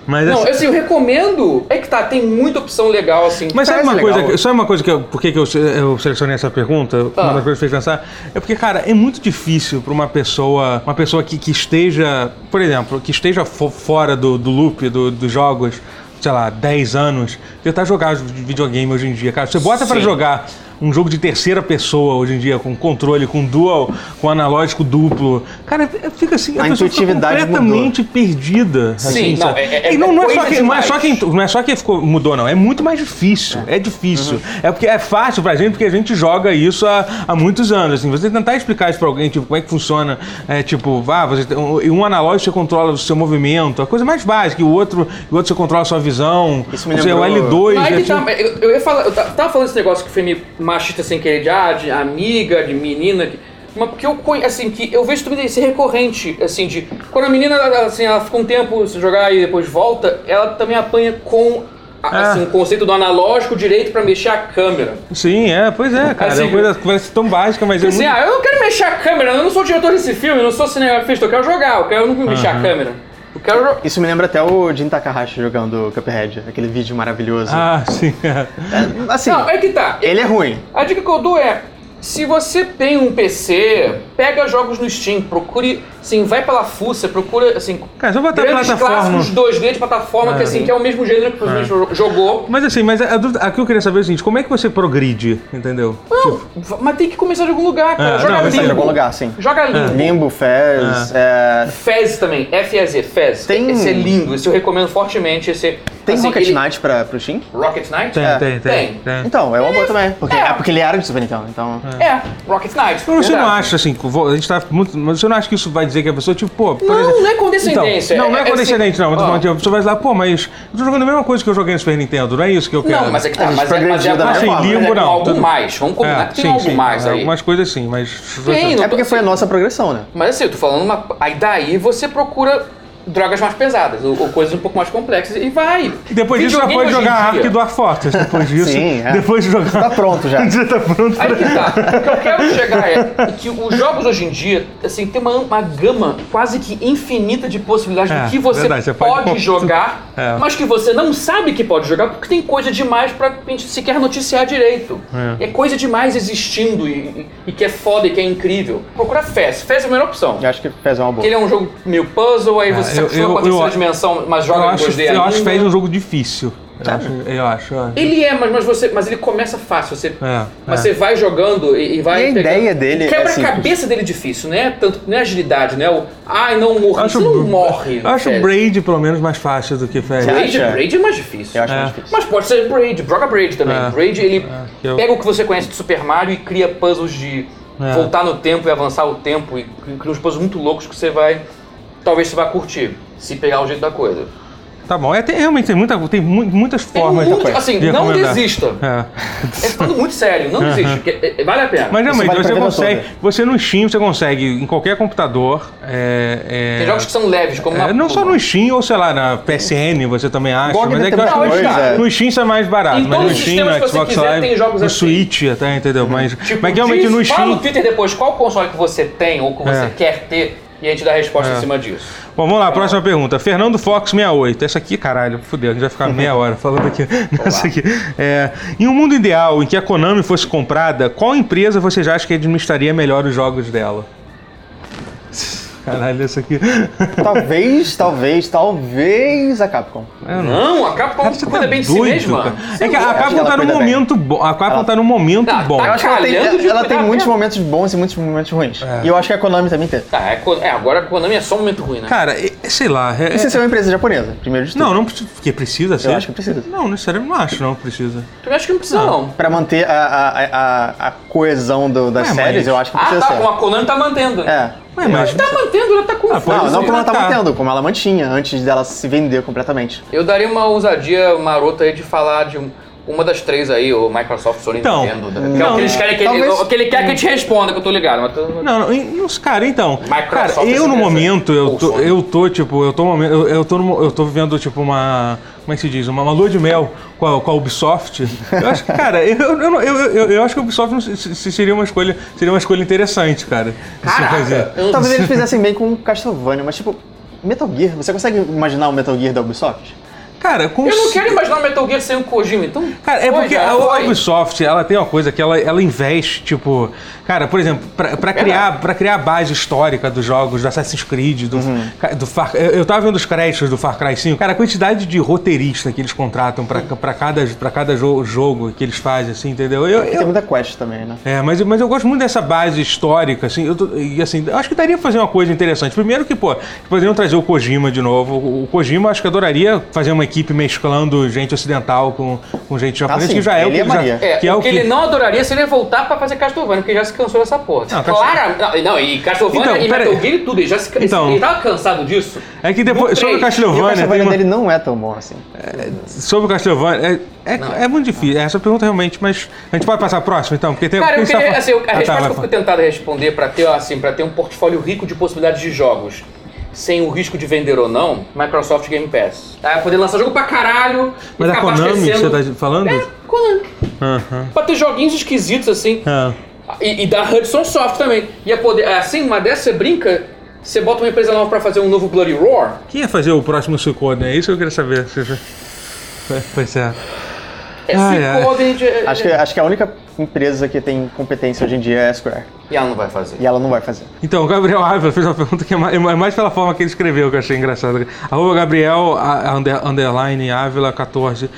[SPEAKER 1] Mas
[SPEAKER 3] Não,
[SPEAKER 1] assim-
[SPEAKER 3] eu, assim, eu recomendo, é que tá, tem muita opção legal assim.
[SPEAKER 1] Mas sabe
[SPEAKER 2] Parece
[SPEAKER 1] uma, coisa,
[SPEAKER 2] legal.
[SPEAKER 1] que- sabe uma coisa que eu, por que que eu, se- eu selecionei essa pergunta?
[SPEAKER 3] Ah.
[SPEAKER 1] Uma das coisas que fez pensar é porque, cara, é muito difícil para uma pessoa, uma pessoa que, que esteja, por exemplo, que esteja fo- fora do, do loop do- dos jogos, sei lá, 10 anos, tentar jogar videogame hoje em dia, cara. Você bota para
[SPEAKER 3] Sim.
[SPEAKER 1] jogar um jogo de terceira pessoa hoje em dia, com controle, com dual, com analógico duplo, cara, fica assim, a,
[SPEAKER 2] A
[SPEAKER 1] pessoa fica
[SPEAKER 2] intuitividade mudou.
[SPEAKER 1] completamente perdida. assim,
[SPEAKER 3] Sim, não,
[SPEAKER 1] sabe?
[SPEAKER 3] é- é-
[SPEAKER 1] e não, não é
[SPEAKER 3] é
[SPEAKER 1] só
[SPEAKER 3] coisa
[SPEAKER 1] que, não é só
[SPEAKER 3] demais.
[SPEAKER 1] que não é só que ficou, mudou, não. É muito mais difícil. É,
[SPEAKER 2] Uhum.
[SPEAKER 1] difícil. É porque é fácil pra gente, porque a gente joga isso há, há muitos anos. Assim, você tentar explicar isso pra alguém, tipo, como é que funciona, é, tipo, vá, você tem um, e um analógico você controla o seu movimento, a coisa mais básica, e o outro, e o outro você controla a sua visão.
[SPEAKER 2] Isso me
[SPEAKER 1] Ou seja,
[SPEAKER 2] lembrou-
[SPEAKER 1] o L2.
[SPEAKER 3] Mas
[SPEAKER 1] é
[SPEAKER 3] aí que
[SPEAKER 1] tipo-
[SPEAKER 3] tá, eu, eu ia falar, eu ta- tava falando esse negócio que foi meio machista sem querer de, ah, de amiga, de menina, que- mas porque eu conhe- assim, que eu vejo também ser recorrente, assim, de quando a menina assim, ela fica um tempo se jogar e depois volta, ela também apanha com a-
[SPEAKER 1] É.
[SPEAKER 3] assim, o conceito do analógico direito pra mexer a câmera.
[SPEAKER 1] Sim, é, pois é, cara. é
[SPEAKER 3] Assim,
[SPEAKER 1] uma coisa que parece tão básica, mas é
[SPEAKER 3] Assim,
[SPEAKER 1] muito-
[SPEAKER 3] ah, eu não quero mexer a câmera, eu não sou diretor desse filme, eu não sou cinegrafista, eu quero jogar, eu, quero, eu não vou
[SPEAKER 1] Uhum.
[SPEAKER 3] mexer a câmera. Eu quero jo-
[SPEAKER 2] Isso me lembra até o Jin Takahashi jogando Cuphead, aquele vídeo maravilhoso.
[SPEAKER 1] Ah, sim.
[SPEAKER 2] É, Assim,
[SPEAKER 3] Não, é que tá.
[SPEAKER 2] ele é ruim.
[SPEAKER 3] A dica que eu dou é: se você tem um PC, pega jogos no Steam, procure, assim, vai pela fuça, procura, assim,
[SPEAKER 1] Cara, só botar
[SPEAKER 3] grandes
[SPEAKER 1] plataforma.
[SPEAKER 3] clássicos 2D de plataforma, que assim, que é o mesmo gênero que você jo- jogou.
[SPEAKER 1] Mas assim, mas a, a dúvida- aqui eu queria saber o seguinte, como é que você progride, entendeu?
[SPEAKER 3] Não, v- mas tem que começar de algum lugar, cara.
[SPEAKER 1] Tipo- É,
[SPEAKER 3] Joga
[SPEAKER 1] não,
[SPEAKER 2] Ele
[SPEAKER 1] Sim.
[SPEAKER 2] sai de
[SPEAKER 3] limbo.
[SPEAKER 2] algum lugar, sim.
[SPEAKER 1] É.
[SPEAKER 3] Joga limbo.
[SPEAKER 2] Limbo, Fez. é,
[SPEAKER 3] Fez também, F-E-Z, Fez.
[SPEAKER 2] Tem-
[SPEAKER 3] Esse é lindo, esse eu recomendo fortemente. Esse,
[SPEAKER 2] Tem
[SPEAKER 3] assim,
[SPEAKER 2] Rocket
[SPEAKER 3] ele-
[SPEAKER 2] Knight pra, pro Steam?
[SPEAKER 3] Rocket Knight?
[SPEAKER 1] Tem,
[SPEAKER 3] é.
[SPEAKER 1] tem, tem,
[SPEAKER 3] Tem.
[SPEAKER 1] tem.
[SPEAKER 2] Então, é uma boa também. Porque,
[SPEAKER 3] É.
[SPEAKER 2] é porque ele era de Super Nintendo, então.
[SPEAKER 3] É, Rocket Knight.
[SPEAKER 1] Então você não
[SPEAKER 3] verdade.
[SPEAKER 1] acha assim, vo- a gente tá muito. Mas você não acha que isso vai dizer que a pessoa, tipo, pô, por
[SPEAKER 3] Não,
[SPEAKER 1] exemplo.
[SPEAKER 3] não é
[SPEAKER 1] Então,
[SPEAKER 3] condescendência.
[SPEAKER 1] não, não é,
[SPEAKER 3] assim-
[SPEAKER 1] condescendente, não. Eu tô
[SPEAKER 3] Ó.
[SPEAKER 1] falando, tipo, a pessoa vai lá, pô, mas eu tô jogando a mesma coisa que eu joguei no Super Nintendo, não é isso que eu quero.
[SPEAKER 3] Não, mas é que tá,
[SPEAKER 2] A gente
[SPEAKER 3] mas é, mas é,
[SPEAKER 2] progrediu da
[SPEAKER 3] mas é,
[SPEAKER 1] mesma
[SPEAKER 3] mas é
[SPEAKER 1] forma.
[SPEAKER 3] com
[SPEAKER 1] Não,
[SPEAKER 3] algo
[SPEAKER 1] tudo-
[SPEAKER 3] mais. Vamos combinar
[SPEAKER 1] É,
[SPEAKER 3] que tem algo mais aí.
[SPEAKER 1] Algumas coisas sim, mas.
[SPEAKER 3] Tem, não-
[SPEAKER 2] É porque foi a nossa progressão, né?
[SPEAKER 3] Mas assim, eu tô falando uma. Aí daí você procura drogas mais pesadas, ou, ou coisas um pouco mais complexas, e vai.
[SPEAKER 1] Depois disso, já
[SPEAKER 3] Videogame
[SPEAKER 1] pode
[SPEAKER 3] hoje em
[SPEAKER 1] jogar a
[SPEAKER 3] dia-
[SPEAKER 1] Ark do Ar Fortress. Depois disso,
[SPEAKER 2] Sim, é.
[SPEAKER 1] depois de jogar.
[SPEAKER 2] Tá pronto já.
[SPEAKER 1] Você tá pronto pra...
[SPEAKER 3] Aí que tá. O que eu quero chegar é que os jogos hoje em dia, assim, tem uma, uma gama quase que infinita de possibilidades
[SPEAKER 1] É,
[SPEAKER 3] do que você,
[SPEAKER 1] verdade, você pode
[SPEAKER 3] pode,
[SPEAKER 1] com-
[SPEAKER 3] jogar,
[SPEAKER 1] É.
[SPEAKER 3] mas que você não sabe que pode jogar, porque tem coisa demais pra gente sequer noticiar direito. É, coisa demais existindo e, e- e que é foda e que é incrível. Procura Fez. Fez é a melhor opção.
[SPEAKER 2] Eu acho que Fez é uma boa.
[SPEAKER 3] Ele é um jogo meio puzzle, aí você se
[SPEAKER 1] É, eu-
[SPEAKER 3] acostuma
[SPEAKER 1] eu-
[SPEAKER 3] com a terceira
[SPEAKER 1] eu-
[SPEAKER 3] dimensão, mas
[SPEAKER 1] Eu
[SPEAKER 3] joga em
[SPEAKER 1] acho,
[SPEAKER 3] 2D
[SPEAKER 1] eu acho
[SPEAKER 3] ainda.
[SPEAKER 1] Fez um jogo difícil. Eu
[SPEAKER 2] Tá.
[SPEAKER 1] acho, eu acho. eu acho.
[SPEAKER 3] Ele é, mas, mas você, mas ele começa fácil. Você,
[SPEAKER 1] É,
[SPEAKER 3] mas
[SPEAKER 1] é.
[SPEAKER 3] você vai jogando e, e vai.
[SPEAKER 2] E a
[SPEAKER 3] pegando.
[SPEAKER 2] ideia dele é
[SPEAKER 3] Quebra-cabeça dele é difícil, né? Tanto, não é agilidade, né? O, ai, não morri.
[SPEAKER 1] Acho-
[SPEAKER 3] você não morre.
[SPEAKER 1] Eu acho
[SPEAKER 3] é.
[SPEAKER 1] o Braid, pelo menos, mais fácil do que Fez.
[SPEAKER 2] Você
[SPEAKER 3] Braid,
[SPEAKER 2] acha?
[SPEAKER 3] Braid é mais difícil.
[SPEAKER 2] Eu acho mais
[SPEAKER 1] É.
[SPEAKER 2] difícil.
[SPEAKER 3] Mas pode ser Braid, joga Braid também.
[SPEAKER 1] É.
[SPEAKER 3] Braid, ele
[SPEAKER 1] que eu-
[SPEAKER 3] pega o que você conhece de Super Mario e cria puzzles de
[SPEAKER 1] É.
[SPEAKER 3] voltar no tempo e avançar o tempo. E cria uns puzzles muito loucos que você vai. Talvez você vá curtir, se pegar o jeito da coisa.
[SPEAKER 1] Tá bom. É, tem- realmente tem, muita, tem mu- muitas
[SPEAKER 3] Tem
[SPEAKER 1] formas.
[SPEAKER 3] muito-
[SPEAKER 1] de
[SPEAKER 3] assim, não
[SPEAKER 1] recomendar.
[SPEAKER 3] desista.
[SPEAKER 1] É.
[SPEAKER 3] É falando muito sério, não desiste, porque é, é, vale a pena.
[SPEAKER 1] Mas realmente,
[SPEAKER 2] vale pra
[SPEAKER 1] você
[SPEAKER 2] vida
[SPEAKER 1] consegue.
[SPEAKER 2] toda.
[SPEAKER 1] Você no Steam, você consegue em qualquer computador. É, é,
[SPEAKER 3] Tem jogos que são leves, como
[SPEAKER 1] é,
[SPEAKER 3] na-
[SPEAKER 1] não só no Steam, ou sei lá, na PSN você também acha.
[SPEAKER 2] GOG
[SPEAKER 1] mas é que eu
[SPEAKER 2] também
[SPEAKER 1] acho
[SPEAKER 3] tem
[SPEAKER 1] que no-
[SPEAKER 3] dois,
[SPEAKER 2] é.
[SPEAKER 1] no Steam isso é mais barato.
[SPEAKER 3] Em
[SPEAKER 1] mas
[SPEAKER 3] todos
[SPEAKER 1] no
[SPEAKER 3] os
[SPEAKER 1] Steam,
[SPEAKER 3] sistemas
[SPEAKER 1] no
[SPEAKER 3] que você
[SPEAKER 1] Xbox
[SPEAKER 3] quiser,
[SPEAKER 1] Live,
[SPEAKER 3] tem jogos
[SPEAKER 1] no
[SPEAKER 3] assim.
[SPEAKER 1] Switch até, entendeu? Mas,
[SPEAKER 3] Tipo,
[SPEAKER 1] mas que realmente
[SPEAKER 3] diz-
[SPEAKER 1] no
[SPEAKER 3] Fala
[SPEAKER 1] Steam.
[SPEAKER 3] no Twitter depois qual console que você tem ou que você
[SPEAKER 1] É.
[SPEAKER 3] quer ter e a gente dá a resposta em cima disso.
[SPEAKER 1] Bom, vamos lá, próxima pergunta. Fernando Fox 68. Essa aqui, caralho, fudeu, a gente vai ficar meia hora falando aqui. Nessa aqui. É, em um mundo ideal em que a Konami fosse comprada, qual empresa você já acha que administraria melhor os jogos dela? Caralho, essa aqui.
[SPEAKER 3] um-
[SPEAKER 2] Talvez, talvez, talvez a Capcom.
[SPEAKER 3] Não, a Capcom
[SPEAKER 1] É, Cara, você
[SPEAKER 3] cuida
[SPEAKER 1] tá
[SPEAKER 3] bem de si
[SPEAKER 1] doido,
[SPEAKER 3] mesma.
[SPEAKER 1] cara. É que a
[SPEAKER 2] acho que
[SPEAKER 1] Capcom
[SPEAKER 2] ela
[SPEAKER 1] tá num
[SPEAKER 2] cuida bem.
[SPEAKER 1] momento bom. A Capcom tá num momento
[SPEAKER 3] Tá,
[SPEAKER 1] bom.
[SPEAKER 3] tá
[SPEAKER 2] Eu acho que ela tem,
[SPEAKER 3] Calhando de
[SPEAKER 2] ela tem
[SPEAKER 3] cuidar
[SPEAKER 2] muitos
[SPEAKER 3] mesmo.
[SPEAKER 2] momentos bons e muitos momentos ruins. E eu acho que a Konami também tem.
[SPEAKER 3] Tá, é, co- é, agora a Konami é só um momento ruim, né?
[SPEAKER 1] Cara, e- sei lá. é-
[SPEAKER 2] Não sei se é uma empresa japonesa, primeiro de tudo.
[SPEAKER 1] não, não precisa. Porque precisa ser.
[SPEAKER 2] acho que precisa.
[SPEAKER 1] Não, necessariamente não acho, não precisa.
[SPEAKER 3] Eu acho que não precisa, não.
[SPEAKER 2] Pra manter a, a, a, a coesão do- das
[SPEAKER 1] Ué, É, mas-
[SPEAKER 2] séries, eu acho que
[SPEAKER 3] Ah,
[SPEAKER 2] precisa
[SPEAKER 3] tá,
[SPEAKER 2] ser.
[SPEAKER 3] como a Konami tá mantendo. né?
[SPEAKER 2] É.
[SPEAKER 1] Ué,
[SPEAKER 2] eu
[SPEAKER 1] mas-
[SPEAKER 2] acho que
[SPEAKER 3] Tá mantendo, ela tá com
[SPEAKER 1] Ah, pode
[SPEAKER 2] Não,
[SPEAKER 1] Pois
[SPEAKER 2] não
[SPEAKER 1] é.
[SPEAKER 2] como ela tá
[SPEAKER 1] Tá.
[SPEAKER 2] mantendo, como ela mantinha antes dela se vender completamente.
[SPEAKER 3] Eu daria uma ousadia marota aí de falar de um, Uma das três aí, ou Microsoft, Sony,
[SPEAKER 1] Então,
[SPEAKER 3] Nintendo. da-
[SPEAKER 1] não.
[SPEAKER 3] que é o que eles querem que ele,
[SPEAKER 2] Talvez-
[SPEAKER 3] o que ele quer que eu te responda, que eu tô ligado. Mas tô-
[SPEAKER 1] Não, não, e- não, cara, então.
[SPEAKER 3] Microsoft
[SPEAKER 1] cara,
[SPEAKER 3] é
[SPEAKER 1] eu no
[SPEAKER 3] interessante.
[SPEAKER 1] momento, eu
[SPEAKER 3] Ou
[SPEAKER 1] tô,
[SPEAKER 3] Sony.
[SPEAKER 1] eu tô, tipo, eu tô, no momento- eu, eu tô, numa- eu tô vivendo, tipo, uma. Como é que se diz? Uma, uma lua de mel com a, com a Ubisoft. Eu acho que, cara, eu, eu, não- eu, eu, eu acho que a Ubisoft não se- se- seria uma escolha, seria uma escolha interessante, cara. Assim, de se
[SPEAKER 3] Caraca,
[SPEAKER 1] fazer.
[SPEAKER 3] eu não-
[SPEAKER 2] Talvez eles fizessem bem com Castlevania, mas tipo, Metal Gear, você consegue imaginar o Metal Gear da Ubisoft?
[SPEAKER 1] Cara, com
[SPEAKER 3] Eu não
[SPEAKER 1] c-
[SPEAKER 3] quero imaginar o Metal Gear sem o Kojima, então.
[SPEAKER 1] Cara, é
[SPEAKER 3] foi,
[SPEAKER 1] porque
[SPEAKER 3] já
[SPEAKER 1] a
[SPEAKER 3] foi.
[SPEAKER 1] Ubisoft, ela tem uma coisa que ela, ela investe, tipo... Cara, por exemplo, pra, pra criar, pra criar a base histórica dos jogos, do Assassin's Creed, do, ca- do Far... Eu, eu tava vendo os créditos do Far Cry 5. Cara, a quantidade de roteirista que eles contratam pra, pra cada, pra cada jo- jogo que eles fazem, assim, entendeu? Eu- eu-
[SPEAKER 2] Tem muita quest também, né?
[SPEAKER 1] é, mas, mas eu gosto muito dessa base histórica, assim, eu tô- e assim, eu acho que daria pra fazer uma coisa interessante. Primeiro que, pô, poderiam trazer o Kojima de novo. O, o Kojima, acho que adoraria fazer uma equipe mesclando gente ocidental com, com gente japonesa,
[SPEAKER 2] Ah, sim,
[SPEAKER 1] que já é o
[SPEAKER 2] ele
[SPEAKER 1] que,
[SPEAKER 2] e a
[SPEAKER 1] ele já-
[SPEAKER 2] Maria.
[SPEAKER 3] É,
[SPEAKER 1] que é
[SPEAKER 3] o que ele não adoraria seria voltar pra fazer Castlevania, porque já se cansou dessa porra.
[SPEAKER 1] Não, Castle-
[SPEAKER 3] Claro, não, não, e Castlevania
[SPEAKER 1] Então,
[SPEAKER 3] e
[SPEAKER 1] pera
[SPEAKER 3] Metal
[SPEAKER 1] aí.
[SPEAKER 3] Gear e tudo, ele já se ele-
[SPEAKER 1] Então.
[SPEAKER 3] ele tava cansado disso.
[SPEAKER 1] É que depois,
[SPEAKER 3] No
[SPEAKER 1] sobre o
[SPEAKER 3] três,
[SPEAKER 2] E o
[SPEAKER 1] Castlevania, tem
[SPEAKER 2] Castlevania
[SPEAKER 1] uma-
[SPEAKER 2] dele não é tão bom assim.
[SPEAKER 1] sobre o Castlevania, é, é, é muito difícil, essa pergunta realmente, mas a gente pode passar a próxima, então, porque tem...
[SPEAKER 3] Cara, eu
[SPEAKER 1] porque a gente
[SPEAKER 3] queria,
[SPEAKER 1] tá
[SPEAKER 3] assim, eu- a
[SPEAKER 1] falando- Ah, tá,
[SPEAKER 3] resposta que eu
[SPEAKER 1] vai,
[SPEAKER 3] fico tentado responder pra ter, assim, para ter um portfólio rico de possibilidades de jogos, sem o risco de vender ou não, Microsoft Game Pass. Tá? Poder lançar jogo pra caralho, e
[SPEAKER 1] mas a
[SPEAKER 3] ficar
[SPEAKER 1] Konami, que
[SPEAKER 3] abastecendo-
[SPEAKER 1] você tá falando?
[SPEAKER 3] É, Konami.
[SPEAKER 1] Aham.
[SPEAKER 3] Pra ter joguinhos esquisitos, assim,
[SPEAKER 1] Ah.
[SPEAKER 3] E, e da Hudson Soft também. Ia poder, assim, uma dessa você brinca, você bota uma empresa nova pra fazer um novo Bloody Roar.
[SPEAKER 1] Quem ia fazer o próximo Suicode? É isso que eu queria saber. se- se- Pois é.
[SPEAKER 3] É,
[SPEAKER 1] Ah,
[SPEAKER 3] se
[SPEAKER 1] é.
[SPEAKER 3] podem de-
[SPEAKER 2] Acho que, acho que a única empresa que tem competência hoje em dia é a Square.
[SPEAKER 3] E ela não vai fazer.
[SPEAKER 2] E ela não vai fazer.
[SPEAKER 1] Então, o Gabriel Ávila fez uma pergunta que é mais, é mais pela forma que ele escreveu que eu achei engraçado. Arroba Gabriel a- a under- underline Ávila 14.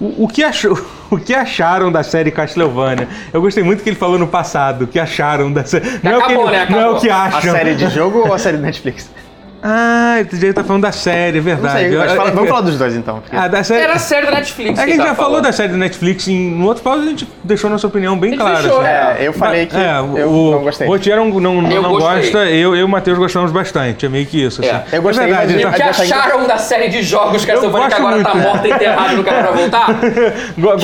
[SPEAKER 1] O, o que achou- o que acharam da série Castlevania? Eu gostei muito que ele falou no passado, o que acharam da série. Não, é, o que
[SPEAKER 3] Acabou, né?
[SPEAKER 1] não é o
[SPEAKER 3] Acabou.
[SPEAKER 1] que
[SPEAKER 2] A
[SPEAKER 1] acham.
[SPEAKER 2] série de jogo ou a série do Netflix?
[SPEAKER 1] Ah, esse jeito tá falando da série, é
[SPEAKER 2] Não
[SPEAKER 1] verdade.
[SPEAKER 2] sei, mas
[SPEAKER 1] Eu-
[SPEAKER 2] fala-
[SPEAKER 1] eu-
[SPEAKER 2] vamos falar dos dois então. porque-
[SPEAKER 1] Ah, da série.
[SPEAKER 3] Era a série da Netflix.
[SPEAKER 1] É que a
[SPEAKER 3] que
[SPEAKER 1] gente
[SPEAKER 3] tava
[SPEAKER 1] já falou
[SPEAKER 3] falando.
[SPEAKER 1] da série da Netflix em no outro pausa, a gente deixou nossa opinião bem
[SPEAKER 3] gente
[SPEAKER 1] clara.
[SPEAKER 3] deixou,
[SPEAKER 1] assim.
[SPEAKER 3] é.
[SPEAKER 2] É, eu falei que
[SPEAKER 1] É,
[SPEAKER 2] eu
[SPEAKER 1] o,
[SPEAKER 2] não gostei.
[SPEAKER 1] O Rotier não, não,
[SPEAKER 3] Eu
[SPEAKER 1] não
[SPEAKER 3] gostei.
[SPEAKER 1] gosta, eu eu e o Matheus gostamos bastante. É meio que isso.
[SPEAKER 3] É,
[SPEAKER 1] assim.
[SPEAKER 2] eu gostei,
[SPEAKER 1] É verdade,
[SPEAKER 2] mas
[SPEAKER 1] ele
[SPEAKER 3] E o
[SPEAKER 1] tá-
[SPEAKER 2] eu-
[SPEAKER 3] que
[SPEAKER 2] já tá indo-
[SPEAKER 3] acharam da série de jogos Castlevania que
[SPEAKER 1] gosto
[SPEAKER 3] agora tá
[SPEAKER 1] muito.
[SPEAKER 3] morta, enterrada e não quer pra voltar?
[SPEAKER 1] Go-
[SPEAKER 3] Que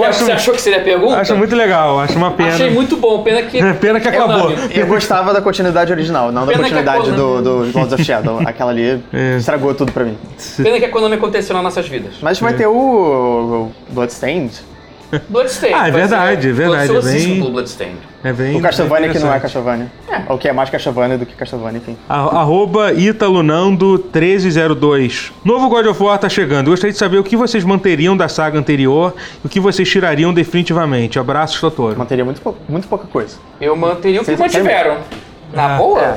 [SPEAKER 1] gosto-
[SPEAKER 3] você achou que seria a pergunta?
[SPEAKER 1] Acho muito legal, acho uma pena.
[SPEAKER 3] Achei muito bom, pena que.
[SPEAKER 1] Pena que
[SPEAKER 3] É
[SPEAKER 1] acabou.
[SPEAKER 3] unânime.
[SPEAKER 2] Eu gostava da continuidade original, não da
[SPEAKER 3] Pena que é né?
[SPEAKER 2] continuidade
[SPEAKER 3] acabou,
[SPEAKER 2] do, do Lords of Shadow. Aquela ali
[SPEAKER 1] É.
[SPEAKER 2] estragou tudo pra mim.
[SPEAKER 3] Pena que a Konami aconteceu nas nossas vidas.
[SPEAKER 2] Mas vai ter o, o Bloodstained,
[SPEAKER 3] Bloodstained.
[SPEAKER 1] Ah, é
[SPEAKER 3] vai ser-
[SPEAKER 1] verdade, é verdade,
[SPEAKER 3] Eu sou
[SPEAKER 1] bem-
[SPEAKER 3] ansioso pelo Bloodstained.
[SPEAKER 1] É bem
[SPEAKER 2] o Castlevania que não é
[SPEAKER 1] interessante.
[SPEAKER 2] Castlevania. Ou que é mais Castlevania do que Castlevania, enfim.
[SPEAKER 1] A- Arroba Italunando1302. Novo God of War tá chegando. Gostaria de saber o que vocês manteriam da saga anterior e o que vocês tirariam definitivamente. Abraços, Totoro.
[SPEAKER 2] Manteria muito, pou- muito pouca coisa.
[SPEAKER 3] Eu manteria o que
[SPEAKER 2] Vocês não sabem?
[SPEAKER 3] mantiveram. Na
[SPEAKER 1] Ah,
[SPEAKER 3] boa?
[SPEAKER 2] é.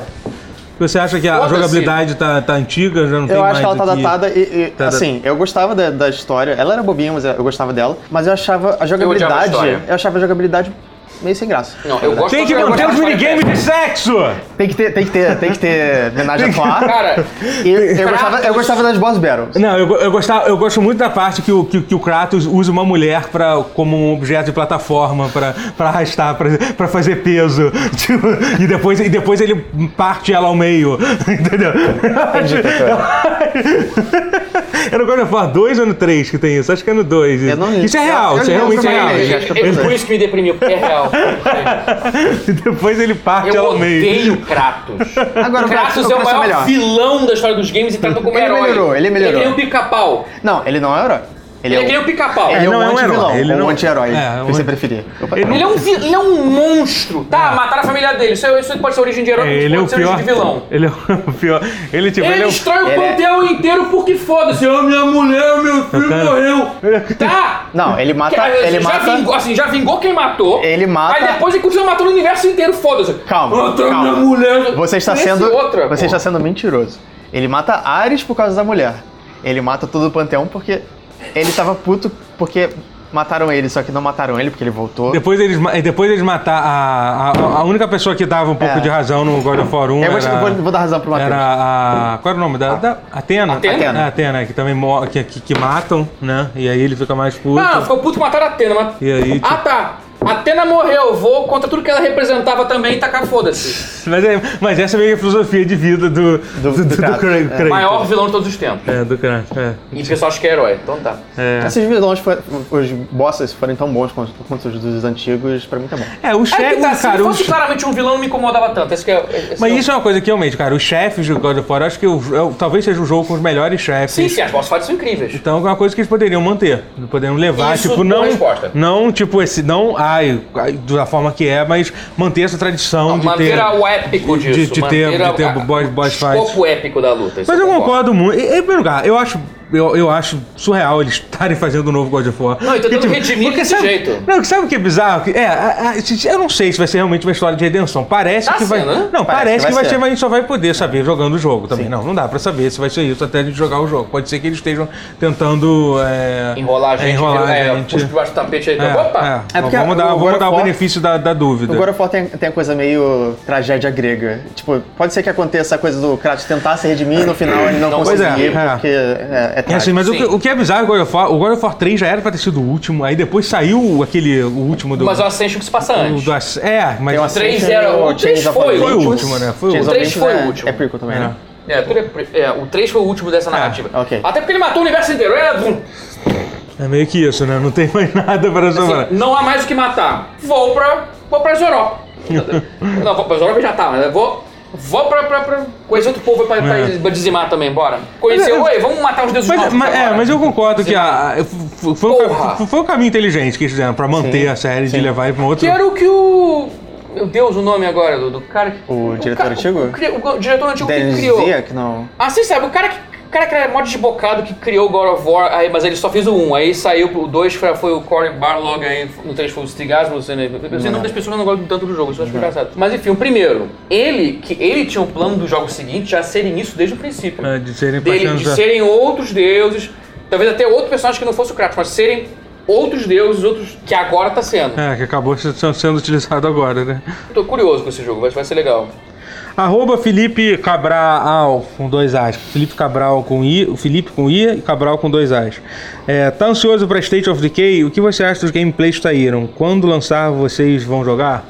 [SPEAKER 1] Você acha que a
[SPEAKER 3] Foda-se.
[SPEAKER 1] jogabilidade tá, tá antiga? Já não tem
[SPEAKER 2] Eu
[SPEAKER 1] mais
[SPEAKER 2] acho que ela tá
[SPEAKER 1] o
[SPEAKER 2] datada e, e,
[SPEAKER 1] Tá
[SPEAKER 2] assim, eu gostava da, da história. Ela era bobinha, mas eu gostava dela. Mas eu achava a jogabilidade.
[SPEAKER 3] história.
[SPEAKER 2] Eu, achava a jogabilidade meio sem graça.
[SPEAKER 3] Não, eu gosto
[SPEAKER 1] Tem que
[SPEAKER 3] eu gosto
[SPEAKER 1] manter
[SPEAKER 3] da
[SPEAKER 1] os
[SPEAKER 3] história
[SPEAKER 1] minigames de
[SPEAKER 3] dessa.
[SPEAKER 1] sexo!
[SPEAKER 2] Tem que ter, tem que ter, tem que ter homenagem a Clara.
[SPEAKER 3] Cara,
[SPEAKER 2] E eu, gostava, eu gostava das boss battles.
[SPEAKER 1] Não, eu, go- eu, gostava, eu gosto muito da parte que o, que, que o Kratos usa uma mulher pra, como um objeto de plataforma pra, pra arrastar, pra, pra fazer peso. Tipo, e, depois, e depois ele parte ela ao meio. Entendeu? É no God of War 2 ou no 3 que tem isso? Acho que é no 2.
[SPEAKER 2] Eu não-
[SPEAKER 1] Isso é real,
[SPEAKER 2] eu- eu
[SPEAKER 1] isso é
[SPEAKER 2] não
[SPEAKER 1] realmente
[SPEAKER 2] lembro
[SPEAKER 1] real.
[SPEAKER 2] também,
[SPEAKER 3] É,
[SPEAKER 2] Acho que
[SPEAKER 3] é, por isso que me deprimiu, porque é real.
[SPEAKER 1] E depois ele parte
[SPEAKER 3] Eu
[SPEAKER 1] ela ao meio.
[SPEAKER 3] odeio Kratos.
[SPEAKER 2] Agora, o
[SPEAKER 3] Kratos
[SPEAKER 2] Kratos
[SPEAKER 3] é o maior
[SPEAKER 2] melhor.
[SPEAKER 3] vilão da história dos games e tratam como
[SPEAKER 2] Ele
[SPEAKER 3] herói.
[SPEAKER 2] melhorou, ele melhorou.
[SPEAKER 3] Ele é que nem um pica-pau.
[SPEAKER 2] Não, ele não é um herói.
[SPEAKER 3] Ele é que nem um pica-pau.
[SPEAKER 2] Ele é
[SPEAKER 1] não
[SPEAKER 2] um
[SPEAKER 1] é um herói,
[SPEAKER 2] anti-vilão,
[SPEAKER 1] ele
[SPEAKER 2] ou
[SPEAKER 1] não-
[SPEAKER 2] um anti-herói,
[SPEAKER 1] É,
[SPEAKER 2] se
[SPEAKER 1] um
[SPEAKER 2] você
[SPEAKER 1] anti-
[SPEAKER 2] preferir. Opa.
[SPEAKER 1] Ele-
[SPEAKER 3] Ele é um, vi- ele é um monstro,
[SPEAKER 2] Ah.
[SPEAKER 3] tá? Mataram a família dele. Isso, é- isso pode ser origem de herói,
[SPEAKER 1] Ele é
[SPEAKER 3] pode
[SPEAKER 1] o
[SPEAKER 3] ser
[SPEAKER 1] pior.
[SPEAKER 3] origem de vilão.
[SPEAKER 1] Ele é o pior. Ele, tipo,
[SPEAKER 3] Ele,
[SPEAKER 1] ele é o
[SPEAKER 3] destrói o
[SPEAKER 2] ele é-
[SPEAKER 3] panteão inteiro porque foda-se. Ah, minha mulher, meu filho
[SPEAKER 1] quero- é
[SPEAKER 3] morreu. Tá?
[SPEAKER 2] Não, ele mata.
[SPEAKER 3] Que-
[SPEAKER 2] ele
[SPEAKER 3] já
[SPEAKER 2] mata.
[SPEAKER 3] Vingou, assim, já vingou quem matou.
[SPEAKER 2] Ele mata-
[SPEAKER 3] Aí depois ele continua matando o universo inteiro, foda-se.
[SPEAKER 2] Calma,
[SPEAKER 3] Matou
[SPEAKER 2] calma.
[SPEAKER 3] minha mulher.
[SPEAKER 2] Você está
[SPEAKER 3] conhece
[SPEAKER 2] sendo.
[SPEAKER 3] Outra, pô.
[SPEAKER 2] você está sendo mentiroso. Ele mata Ares por causa da mulher. Ele mata todo o panteão porque. Ele tava puto porque mataram ele, só que não mataram ele porque ele voltou.
[SPEAKER 1] Depois eles, ma- depois eles matar a, a, a única pessoa que dava um pouco
[SPEAKER 2] É.
[SPEAKER 1] de razão no God of War 1
[SPEAKER 2] Eu vou, te-
[SPEAKER 1] era,
[SPEAKER 2] vou- vou dar razão pro Matheus. Ah.
[SPEAKER 1] era a... Qual era o nome? Da, da- Atena?
[SPEAKER 3] Atena?
[SPEAKER 1] É, Atena, que também mo- que, que, que matam, né? E aí ele fica mais puto.
[SPEAKER 3] Ah, ficou puto que mataram a Atena, mas...
[SPEAKER 1] E aí, tipo-
[SPEAKER 3] Ah, tá. Atena morreu, vou contra tudo que ela representava também e tacar foda-se.
[SPEAKER 1] Mas, é, mas essa é meio que a filosofia de vida do, do, do, do,
[SPEAKER 2] Kratos,
[SPEAKER 1] Kra-
[SPEAKER 2] é.
[SPEAKER 1] Kratos.
[SPEAKER 3] Maior vilão de todos os tempos.
[SPEAKER 1] É, do Kratos, é.
[SPEAKER 3] E o pessoal acha que é herói, então tá.
[SPEAKER 1] É.
[SPEAKER 2] Esses vilões, foram- os bosses foram tão bons quanto, quanto os dos antigos, pra mim tá bom.
[SPEAKER 1] É, o
[SPEAKER 3] É
[SPEAKER 1] chefe,
[SPEAKER 3] que tá, se
[SPEAKER 1] cara, o
[SPEAKER 3] fosse
[SPEAKER 1] che-
[SPEAKER 3] claramente um vilão, não me incomodava tanto. Esse que é, esse
[SPEAKER 1] Mas
[SPEAKER 3] é o-
[SPEAKER 1] isso é uma coisa que realmente, cara, os chefes do God of War, eu acho que o- é o- talvez seja o jogo com os melhores chefes.
[SPEAKER 3] Sim, sim, as boss fights são incríveis.
[SPEAKER 1] Então é uma coisa que eles poderiam manter. Poderiam levar,
[SPEAKER 3] Isso,
[SPEAKER 1] tipo,
[SPEAKER 3] boa
[SPEAKER 1] não.
[SPEAKER 3] resposta.
[SPEAKER 1] Não, tipo, esse. Não, ai, ai, da forma que é, mas manter essa tradição de
[SPEAKER 3] manter
[SPEAKER 1] ter.
[SPEAKER 3] a- o épico
[SPEAKER 1] de-
[SPEAKER 3] disso.
[SPEAKER 1] de ter-
[SPEAKER 3] manter
[SPEAKER 1] de
[SPEAKER 3] a-
[SPEAKER 1] ter
[SPEAKER 3] a-
[SPEAKER 1] boss- boss
[SPEAKER 3] O
[SPEAKER 1] fights.
[SPEAKER 3] escopo épico da luta. isso
[SPEAKER 1] Mas eu concordo muito. Em, em primeiro lugar, eu acho. Eu, eu acho surreal eles estarem fazendo o novo God of War. tipo,
[SPEAKER 3] Não, e tentando redimir
[SPEAKER 1] porque
[SPEAKER 3] desse
[SPEAKER 1] sabe,
[SPEAKER 3] jeito.
[SPEAKER 1] Não, que sabe o que é bizarro? Que- É, a- a- se- eu não sei se vai ser realmente uma história de redenção. Parece
[SPEAKER 3] Tá
[SPEAKER 1] que vai.
[SPEAKER 3] sendo, né?
[SPEAKER 1] Não, parece,
[SPEAKER 2] Parece
[SPEAKER 1] que vai ser,
[SPEAKER 2] ser,
[SPEAKER 1] mas a gente só vai poder saber jogando o jogo também. Não, não dá pra saber se vai ser isso até a gente jogar o jogo. Pode ser que eles estejam tentando. é,
[SPEAKER 3] Enrolar a gente,
[SPEAKER 1] enrolar a
[SPEAKER 3] é,
[SPEAKER 1] gente.
[SPEAKER 3] puxa debaixo do tapete aí. então,
[SPEAKER 1] É,
[SPEAKER 3] opa!
[SPEAKER 1] é.
[SPEAKER 2] É porque
[SPEAKER 1] vamos dar,
[SPEAKER 2] o
[SPEAKER 1] vamos
[SPEAKER 2] God of
[SPEAKER 1] dar o
[SPEAKER 2] War-
[SPEAKER 1] benefício da, da dúvida.
[SPEAKER 2] Então O God of War tem, tem a coisa meio tragédia grega. Tipo, pode ser que aconteça a coisa do Kratos tentar se redimir e no final ele não,
[SPEAKER 3] Não, pois
[SPEAKER 1] é,
[SPEAKER 2] conseguir,
[SPEAKER 1] é.
[SPEAKER 2] porque é, é
[SPEAKER 1] É assim,
[SPEAKER 2] trágico.
[SPEAKER 1] mas o que,
[SPEAKER 3] Sim.
[SPEAKER 1] o que é bizarro, o God of War, o God of War 3 já era pra ter sido o último, aí depois saiu aquele, o último do...
[SPEAKER 3] Mas o Ascension que se passa
[SPEAKER 1] o
[SPEAKER 3] antes.
[SPEAKER 1] do Ass- é, mas...
[SPEAKER 2] Tem o
[SPEAKER 1] Assim,
[SPEAKER 2] Ascension
[SPEAKER 3] 3
[SPEAKER 2] e
[SPEAKER 3] era- o
[SPEAKER 2] Chains
[SPEAKER 3] 3
[SPEAKER 2] of
[SPEAKER 3] foi o
[SPEAKER 2] Olympus.
[SPEAKER 1] último, né? Foi o
[SPEAKER 2] Chains
[SPEAKER 1] último.
[SPEAKER 2] of
[SPEAKER 3] O três
[SPEAKER 2] Olympus
[SPEAKER 3] foi o
[SPEAKER 2] é-
[SPEAKER 3] último.
[SPEAKER 2] É prequel também, né?
[SPEAKER 3] É, tudo é pre- é, o 3 foi o último dessa narrativa.
[SPEAKER 2] ok.
[SPEAKER 3] Até porque ele matou o universo inteiro. É, bum.
[SPEAKER 1] é meio que isso, né? Não tem mais nada pra sobrar.
[SPEAKER 3] Assim, não há mais o que matar. Vou pra. Vou pra Zoró. não, vou pra Zoró já tá, mas eu vou. Vou pra, pra, pra conhecer outro povo pra, pra,
[SPEAKER 1] É.
[SPEAKER 3] pra dizimar também, bora. Conhecer,
[SPEAKER 1] Mas,
[SPEAKER 3] oi, vamos matar os deuses né?
[SPEAKER 1] Mas,
[SPEAKER 3] nórdicos
[SPEAKER 1] mas- é,
[SPEAKER 3] agora.
[SPEAKER 1] mas eu concordo que a, a- f- f- foi, um,
[SPEAKER 3] Porra!
[SPEAKER 1] ca- foi um caminho inteligente que eles fizeram pra manter
[SPEAKER 2] Sim,
[SPEAKER 1] a série de
[SPEAKER 2] sim.
[SPEAKER 1] levar pra um
[SPEAKER 3] Que
[SPEAKER 1] outro...
[SPEAKER 3] era o que o. Meu Deus, o nome agora do, do cara que.
[SPEAKER 2] O diretor
[SPEAKER 3] cara-
[SPEAKER 2] antigo?
[SPEAKER 3] O, cri- o diretor antigo que
[SPEAKER 2] Dennis
[SPEAKER 3] criou.
[SPEAKER 2] Zia, não.
[SPEAKER 3] Ah, sim, sabe, o cara que. O cara que era mó desbocado que criou o God of War, aí, mas ele só fez o 1. Aí saiu o 2, foi, foi o Corey Barlog, aí no 3 foi o Stig Asmus. Eu sei o nome das pessoas, eu não gosto tanto do jogo, isso eu acho engraçado. Mas enfim, o primeiro, ele, que, ele tinha um plano do jogo seguinte já serem isso desde o princípio.
[SPEAKER 1] é, De serem
[SPEAKER 3] Dele,
[SPEAKER 1] paixões
[SPEAKER 3] de
[SPEAKER 1] da-
[SPEAKER 3] serem outros deuses, talvez até outro personagem que não fosse o Kratos, mas serem outros deuses, outros que agora tá sendo.
[SPEAKER 1] É, que acabou se- sendo utilizado agora, né?
[SPEAKER 3] Tô curioso com esse jogo, vai, vai ser legal.
[SPEAKER 1] Arroba Felipe Cabral com dois As. Felipe Cabral com I, o Felipe com I e Cabral com dois As. É, tá ansioso pra State of Decay? O que você acha dos gameplays que saíram? Quando lançar, vocês vão jogar?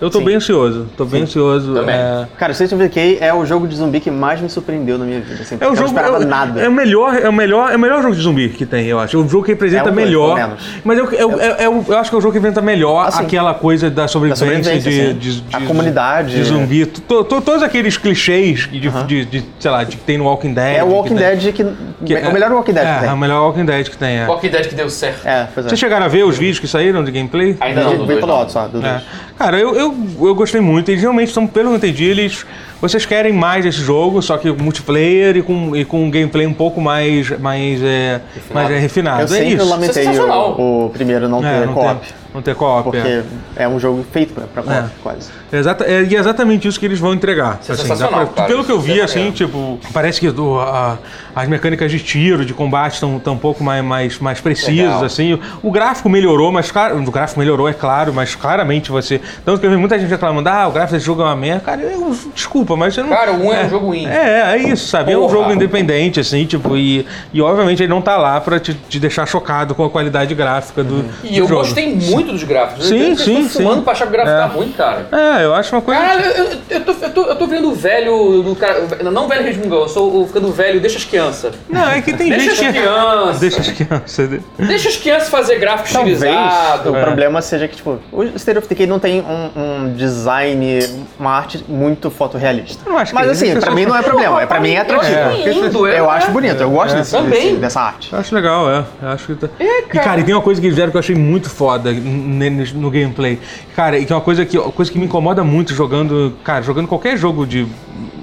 [SPEAKER 1] Eu tô bem ansioso, tô bem ansioso.
[SPEAKER 3] Também.
[SPEAKER 1] É,
[SPEAKER 2] Cara, o State of Decay é o jogo de zumbi que mais me surpreendeu na minha vida. assim,
[SPEAKER 1] é
[SPEAKER 2] eu
[SPEAKER 1] o
[SPEAKER 2] não
[SPEAKER 1] jogo.
[SPEAKER 2] esperava
[SPEAKER 1] é o-
[SPEAKER 2] nada.
[SPEAKER 1] É o melhor, é o melhor, é o melhor jogo de zumbi que tem, eu acho. É O jogo que representa
[SPEAKER 2] É um dos,
[SPEAKER 1] melhor.
[SPEAKER 2] pelo menos.
[SPEAKER 1] Mas eu, eu, eu, eu- eu acho que é o jogo que representa melhor
[SPEAKER 2] Assim,
[SPEAKER 1] aquela coisa da sobrevivência,
[SPEAKER 2] sobrevivência,
[SPEAKER 1] de, de-
[SPEAKER 2] assim.
[SPEAKER 1] de-
[SPEAKER 2] A comunidade. é.
[SPEAKER 1] de zumbi, to- to- todos aqueles clichês de, de- de- sei lá, de que tem no Walking Dead.
[SPEAKER 2] É o
[SPEAKER 1] que
[SPEAKER 2] Walking
[SPEAKER 1] tem-
[SPEAKER 2] Dead que.
[SPEAKER 1] que-
[SPEAKER 2] é o melhor Walking Dead
[SPEAKER 1] é,
[SPEAKER 2] que tem.
[SPEAKER 1] É, o melhor Walking Dead que tem, é.
[SPEAKER 3] Qual que ideia que deu certo?
[SPEAKER 2] É, pois é.
[SPEAKER 1] Vocês chegaram a ver os vídeos que saíram de gameplay?
[SPEAKER 3] Ainda
[SPEAKER 2] Vem-
[SPEAKER 3] não, do
[SPEAKER 2] vem
[SPEAKER 3] dois
[SPEAKER 2] pelo
[SPEAKER 3] não.
[SPEAKER 2] outro só, do
[SPEAKER 1] É.
[SPEAKER 2] dois.
[SPEAKER 1] Cara, eu, eu, eu gostei muito. Eles realmente estão, pelo que eu entendi, eles. Vocês querem mais desse jogo, só que multiplayer e com, e com um gameplay um pouco mais, mais, é, mais é, refinado.
[SPEAKER 2] Eu
[SPEAKER 1] é
[SPEAKER 2] sempre
[SPEAKER 1] isso.
[SPEAKER 2] lamentei
[SPEAKER 3] Sensacional.
[SPEAKER 2] o, o primeiro não
[SPEAKER 1] É,
[SPEAKER 2] ter
[SPEAKER 1] não
[SPEAKER 2] co-op.
[SPEAKER 1] ter, não ter co-op.
[SPEAKER 2] Porque
[SPEAKER 1] é.
[SPEAKER 2] é. um jogo feito pra, pra co-op,
[SPEAKER 1] É.
[SPEAKER 2] quase.
[SPEAKER 1] É, exata- é- e é exatamente isso que eles vão entregar. Assim, dá
[SPEAKER 3] é Sensacional,
[SPEAKER 1] pra-
[SPEAKER 3] cara.
[SPEAKER 1] pelo que eu vi,
[SPEAKER 3] Isso é
[SPEAKER 1] assim,
[SPEAKER 3] maneiro.
[SPEAKER 1] tipo, parece que do- a- as mecânicas de tiro, de combate estão um pouco mais, mais, mais precisas,
[SPEAKER 3] Legal.
[SPEAKER 1] assim. O gráfico melhorou, mas claro, o gráfico melhorou, é claro, mas claramente você. Tanto que eu vi muita gente reclamando, ah, o gráfico desse jogo é uma merda. Cara, eu- desculpa, mas você não.
[SPEAKER 3] Cara, o um é um jogo indie.
[SPEAKER 1] É, é isso, sabe? É um
[SPEAKER 3] Porra.
[SPEAKER 1] jogo independente, assim, tipo, e, e obviamente ele não tá lá pra te, te deixar chocado com a qualidade gráfica do.
[SPEAKER 3] Uhum. E
[SPEAKER 1] do
[SPEAKER 3] eu
[SPEAKER 1] jogo.
[SPEAKER 3] gostei muito dos gráficos.
[SPEAKER 1] Sim,
[SPEAKER 3] eu
[SPEAKER 1] sim,
[SPEAKER 3] tô fumando
[SPEAKER 1] sim.
[SPEAKER 3] pra achar que o gráfico
[SPEAKER 1] É.
[SPEAKER 3] tá ruim, cara.
[SPEAKER 1] É, eu acho uma coisa.
[SPEAKER 3] Caralho, eu, eu- eu tô, eu, tô, eu tô vendo o velho do cara. Não o velho resmungão, eu sou o ficando velho, deixa as crianças.
[SPEAKER 1] Não, é que tem
[SPEAKER 3] Deixa
[SPEAKER 1] gente
[SPEAKER 3] as
[SPEAKER 1] que.
[SPEAKER 3] crianças.
[SPEAKER 1] Deixa as crianças.
[SPEAKER 3] Deixa as crianças fazer gráfico
[SPEAKER 2] Talvez
[SPEAKER 3] estilizado.
[SPEAKER 2] o problema seja que, tipo, o State of Decay não tem um, um design, uma arte muito fotorrealista.
[SPEAKER 1] Eu não acho que
[SPEAKER 2] Mas assim,
[SPEAKER 1] isso.
[SPEAKER 2] pra mim não é problema, é pra mim é atrativo.
[SPEAKER 3] Eu acho tá lindo,
[SPEAKER 2] Eu acho bonito, eu gosto
[SPEAKER 1] É.
[SPEAKER 2] desse,
[SPEAKER 3] Também.
[SPEAKER 2] desse- dessa arte.
[SPEAKER 1] Eu acho legal, é. Eu acho que tá...
[SPEAKER 3] É,
[SPEAKER 1] E,
[SPEAKER 3] cara.
[SPEAKER 1] cara, e tem uma coisa que eles fizeram que eu achei muito foda n- n- no gameplay. Cara, e que é uma coisa que, uma coisa que me incomoda muito jogando... Cara, jogando qualquer jogo de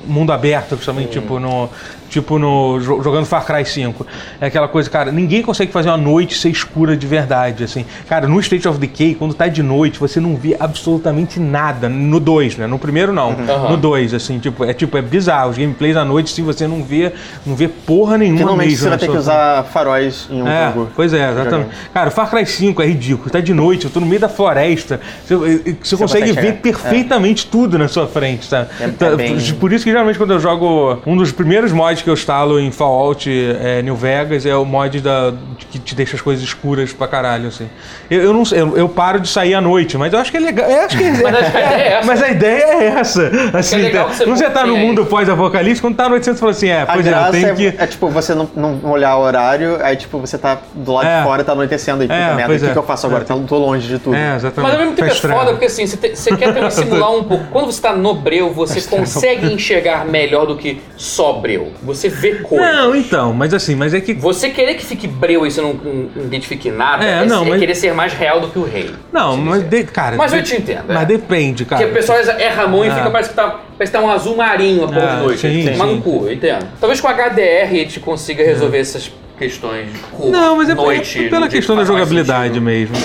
[SPEAKER 1] mundo aberto, principalmente, tipo no... Tipo no... jo- Jogando Far Cry 5. É aquela coisa, cara, ninguém consegue fazer uma noite ser escura de verdade, assim. Cara, no State of Decay, quando tá de noite, você não vê absolutamente nada. No 2, né? No primeiro, não. No 2, assim, tipo... É tipo, é bizarro. Os gameplays à noite, se você não vê... Não vê porra nenhuma
[SPEAKER 2] Finalmente
[SPEAKER 1] mesmo,
[SPEAKER 2] você vai
[SPEAKER 1] né,
[SPEAKER 2] ter que
[SPEAKER 1] soltando.
[SPEAKER 2] usar faróis em um
[SPEAKER 1] É,
[SPEAKER 2] jogo.
[SPEAKER 1] pois é, exatamente. Cara, o Far Cry 5 é ridículo. Tá de noite, eu tô no meio da floresta. Você, você consegue
[SPEAKER 2] consegue
[SPEAKER 1] ver
[SPEAKER 2] chegar.
[SPEAKER 1] perfeitamente tudo na sua frente, tá?
[SPEAKER 2] É- é
[SPEAKER 1] Tá,
[SPEAKER 2] bem-
[SPEAKER 1] Por isso que geralmente quando eu jogo um dos primeiros mods mod que eu instalo em Fallout é, New Vegas é o mod da, que te deixa as coisas escuras pra caralho, assim. Eu, eu não sei, eu, eu paro de sair à noite, mas eu acho que é legal. eu acho que é-
[SPEAKER 3] Mas acho que a ideia é essa.
[SPEAKER 1] Mas a ideia é essa. Assim,
[SPEAKER 3] legal
[SPEAKER 1] tá-
[SPEAKER 3] que você
[SPEAKER 1] quando você tá no
[SPEAKER 3] tem aí.
[SPEAKER 1] mundo pós-apocalipse, quando tá à noite você fala assim, é,
[SPEAKER 2] A
[SPEAKER 1] pois é, eu
[SPEAKER 2] graça
[SPEAKER 1] tenho
[SPEAKER 2] é,
[SPEAKER 1] que.
[SPEAKER 2] é, tipo, você não, não olhar o horário, aí tipo, você tá do lado
[SPEAKER 1] É.
[SPEAKER 2] de fora, tá anoitecendo, e puta
[SPEAKER 1] É,
[SPEAKER 2] merda, o
[SPEAKER 1] pois
[SPEAKER 2] que,
[SPEAKER 1] é.
[SPEAKER 2] que eu faço
[SPEAKER 1] É.
[SPEAKER 2] agora? Tá, Tô, tô longe de tudo.
[SPEAKER 1] É, exatamente.
[SPEAKER 3] Mas ao mesmo tempo é
[SPEAKER 1] Faz trela.
[SPEAKER 3] foda, porque assim, você, te- você quer também simular um pouco. Quando você tá no breu, você consegue enxergar melhor do que só breu. Você vê coisas.
[SPEAKER 1] Não, então, mas assim, mas é que.
[SPEAKER 3] Você querer que fique breu e você não não identifique nada
[SPEAKER 1] É,
[SPEAKER 3] é,
[SPEAKER 1] não,
[SPEAKER 3] ser-
[SPEAKER 1] mas-
[SPEAKER 3] querer ser mais real do que o rei.
[SPEAKER 1] Não,
[SPEAKER 3] se
[SPEAKER 1] mas,
[SPEAKER 3] quiser.
[SPEAKER 1] de- cara.
[SPEAKER 3] Mas eu
[SPEAKER 1] de-
[SPEAKER 3] te entendo.
[SPEAKER 1] Mas
[SPEAKER 3] é.
[SPEAKER 1] depende, cara.
[SPEAKER 3] Porque o pessoal erra a mão e
[SPEAKER 1] É.
[SPEAKER 3] fica, parece que, tá, parece que tá um azul marinho a porra
[SPEAKER 1] É,
[SPEAKER 3] de noite.
[SPEAKER 1] sim,
[SPEAKER 3] Mas
[SPEAKER 1] sim. Hum.
[SPEAKER 3] no cu, eu entendo. Talvez com HDR a gente consiga resolver essas questões de cor,
[SPEAKER 1] Não, mas é
[SPEAKER 3] noite,
[SPEAKER 1] é pela
[SPEAKER 3] no dia
[SPEAKER 1] questão da
[SPEAKER 3] que faz mais
[SPEAKER 1] jogabilidade
[SPEAKER 3] sentido.
[SPEAKER 1] mesmo.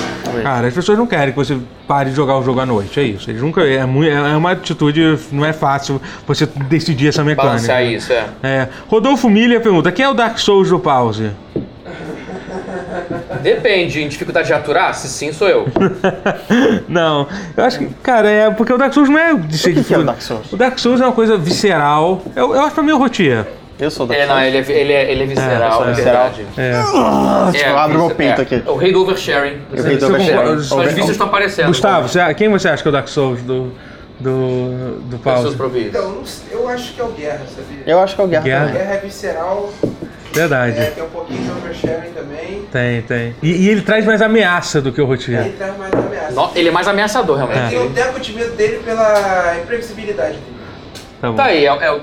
[SPEAKER 1] Cara, as pessoas não querem que você pare de jogar o jogo à noite, é isso. Eles nunca é, mui- é uma atitude, não é fácil você decidir essa mecânica.
[SPEAKER 3] Balancear isso, é.
[SPEAKER 1] É, Rodolfo Milha pergunta: quem é o Dark Souls do Pause?
[SPEAKER 3] Depende, em dificuldade de aturar? Se sim, sou eu.
[SPEAKER 1] Não, eu acho que, cara, é porque o Dark Souls não é de ser
[SPEAKER 2] que que é
[SPEAKER 1] dificu-
[SPEAKER 2] o Dark Souls?
[SPEAKER 1] O Dark Souls é uma coisa visceral. Eu, eu acho pra mim o rotier.
[SPEAKER 2] Eu sou da
[SPEAKER 3] Ele, não, ele é, ele é, ele é visceral,
[SPEAKER 2] É,
[SPEAKER 3] é,
[SPEAKER 2] é.
[SPEAKER 3] verdade.
[SPEAKER 1] É.
[SPEAKER 2] Tipo, eu abro meu
[SPEAKER 3] isso-
[SPEAKER 2] peito
[SPEAKER 3] é.
[SPEAKER 2] aqui.
[SPEAKER 3] É o rei do oversharing.
[SPEAKER 2] Eu rei do
[SPEAKER 1] Você
[SPEAKER 2] oversharing.
[SPEAKER 1] concorda-
[SPEAKER 3] Só os vícios estão aparecendo.
[SPEAKER 1] Gustavo, você- quem você acha que é o Dark Souls do, do, do
[SPEAKER 3] Pessoas
[SPEAKER 1] Pause?
[SPEAKER 3] providas.
[SPEAKER 4] Então, eu, não sei- eu acho que é o Guerra, sabia?
[SPEAKER 2] Eu acho que é o Guerra.
[SPEAKER 1] Guerra.
[SPEAKER 2] também.
[SPEAKER 4] Guerra é visceral, é,
[SPEAKER 1] Verdade.
[SPEAKER 4] tem um pouquinho de oversharing também.
[SPEAKER 1] Tem, tem. E, e ele traz mais ameaça do que o rotier.
[SPEAKER 3] É.
[SPEAKER 4] Ele traz mais ameaça.
[SPEAKER 3] No- Ele é mais ameaçador, realmente.
[SPEAKER 1] É.
[SPEAKER 4] Eu tenho um teco de medo dele pela imprevisibilidade dele.
[SPEAKER 1] Tá bom.
[SPEAKER 3] Tá aí, é, é o-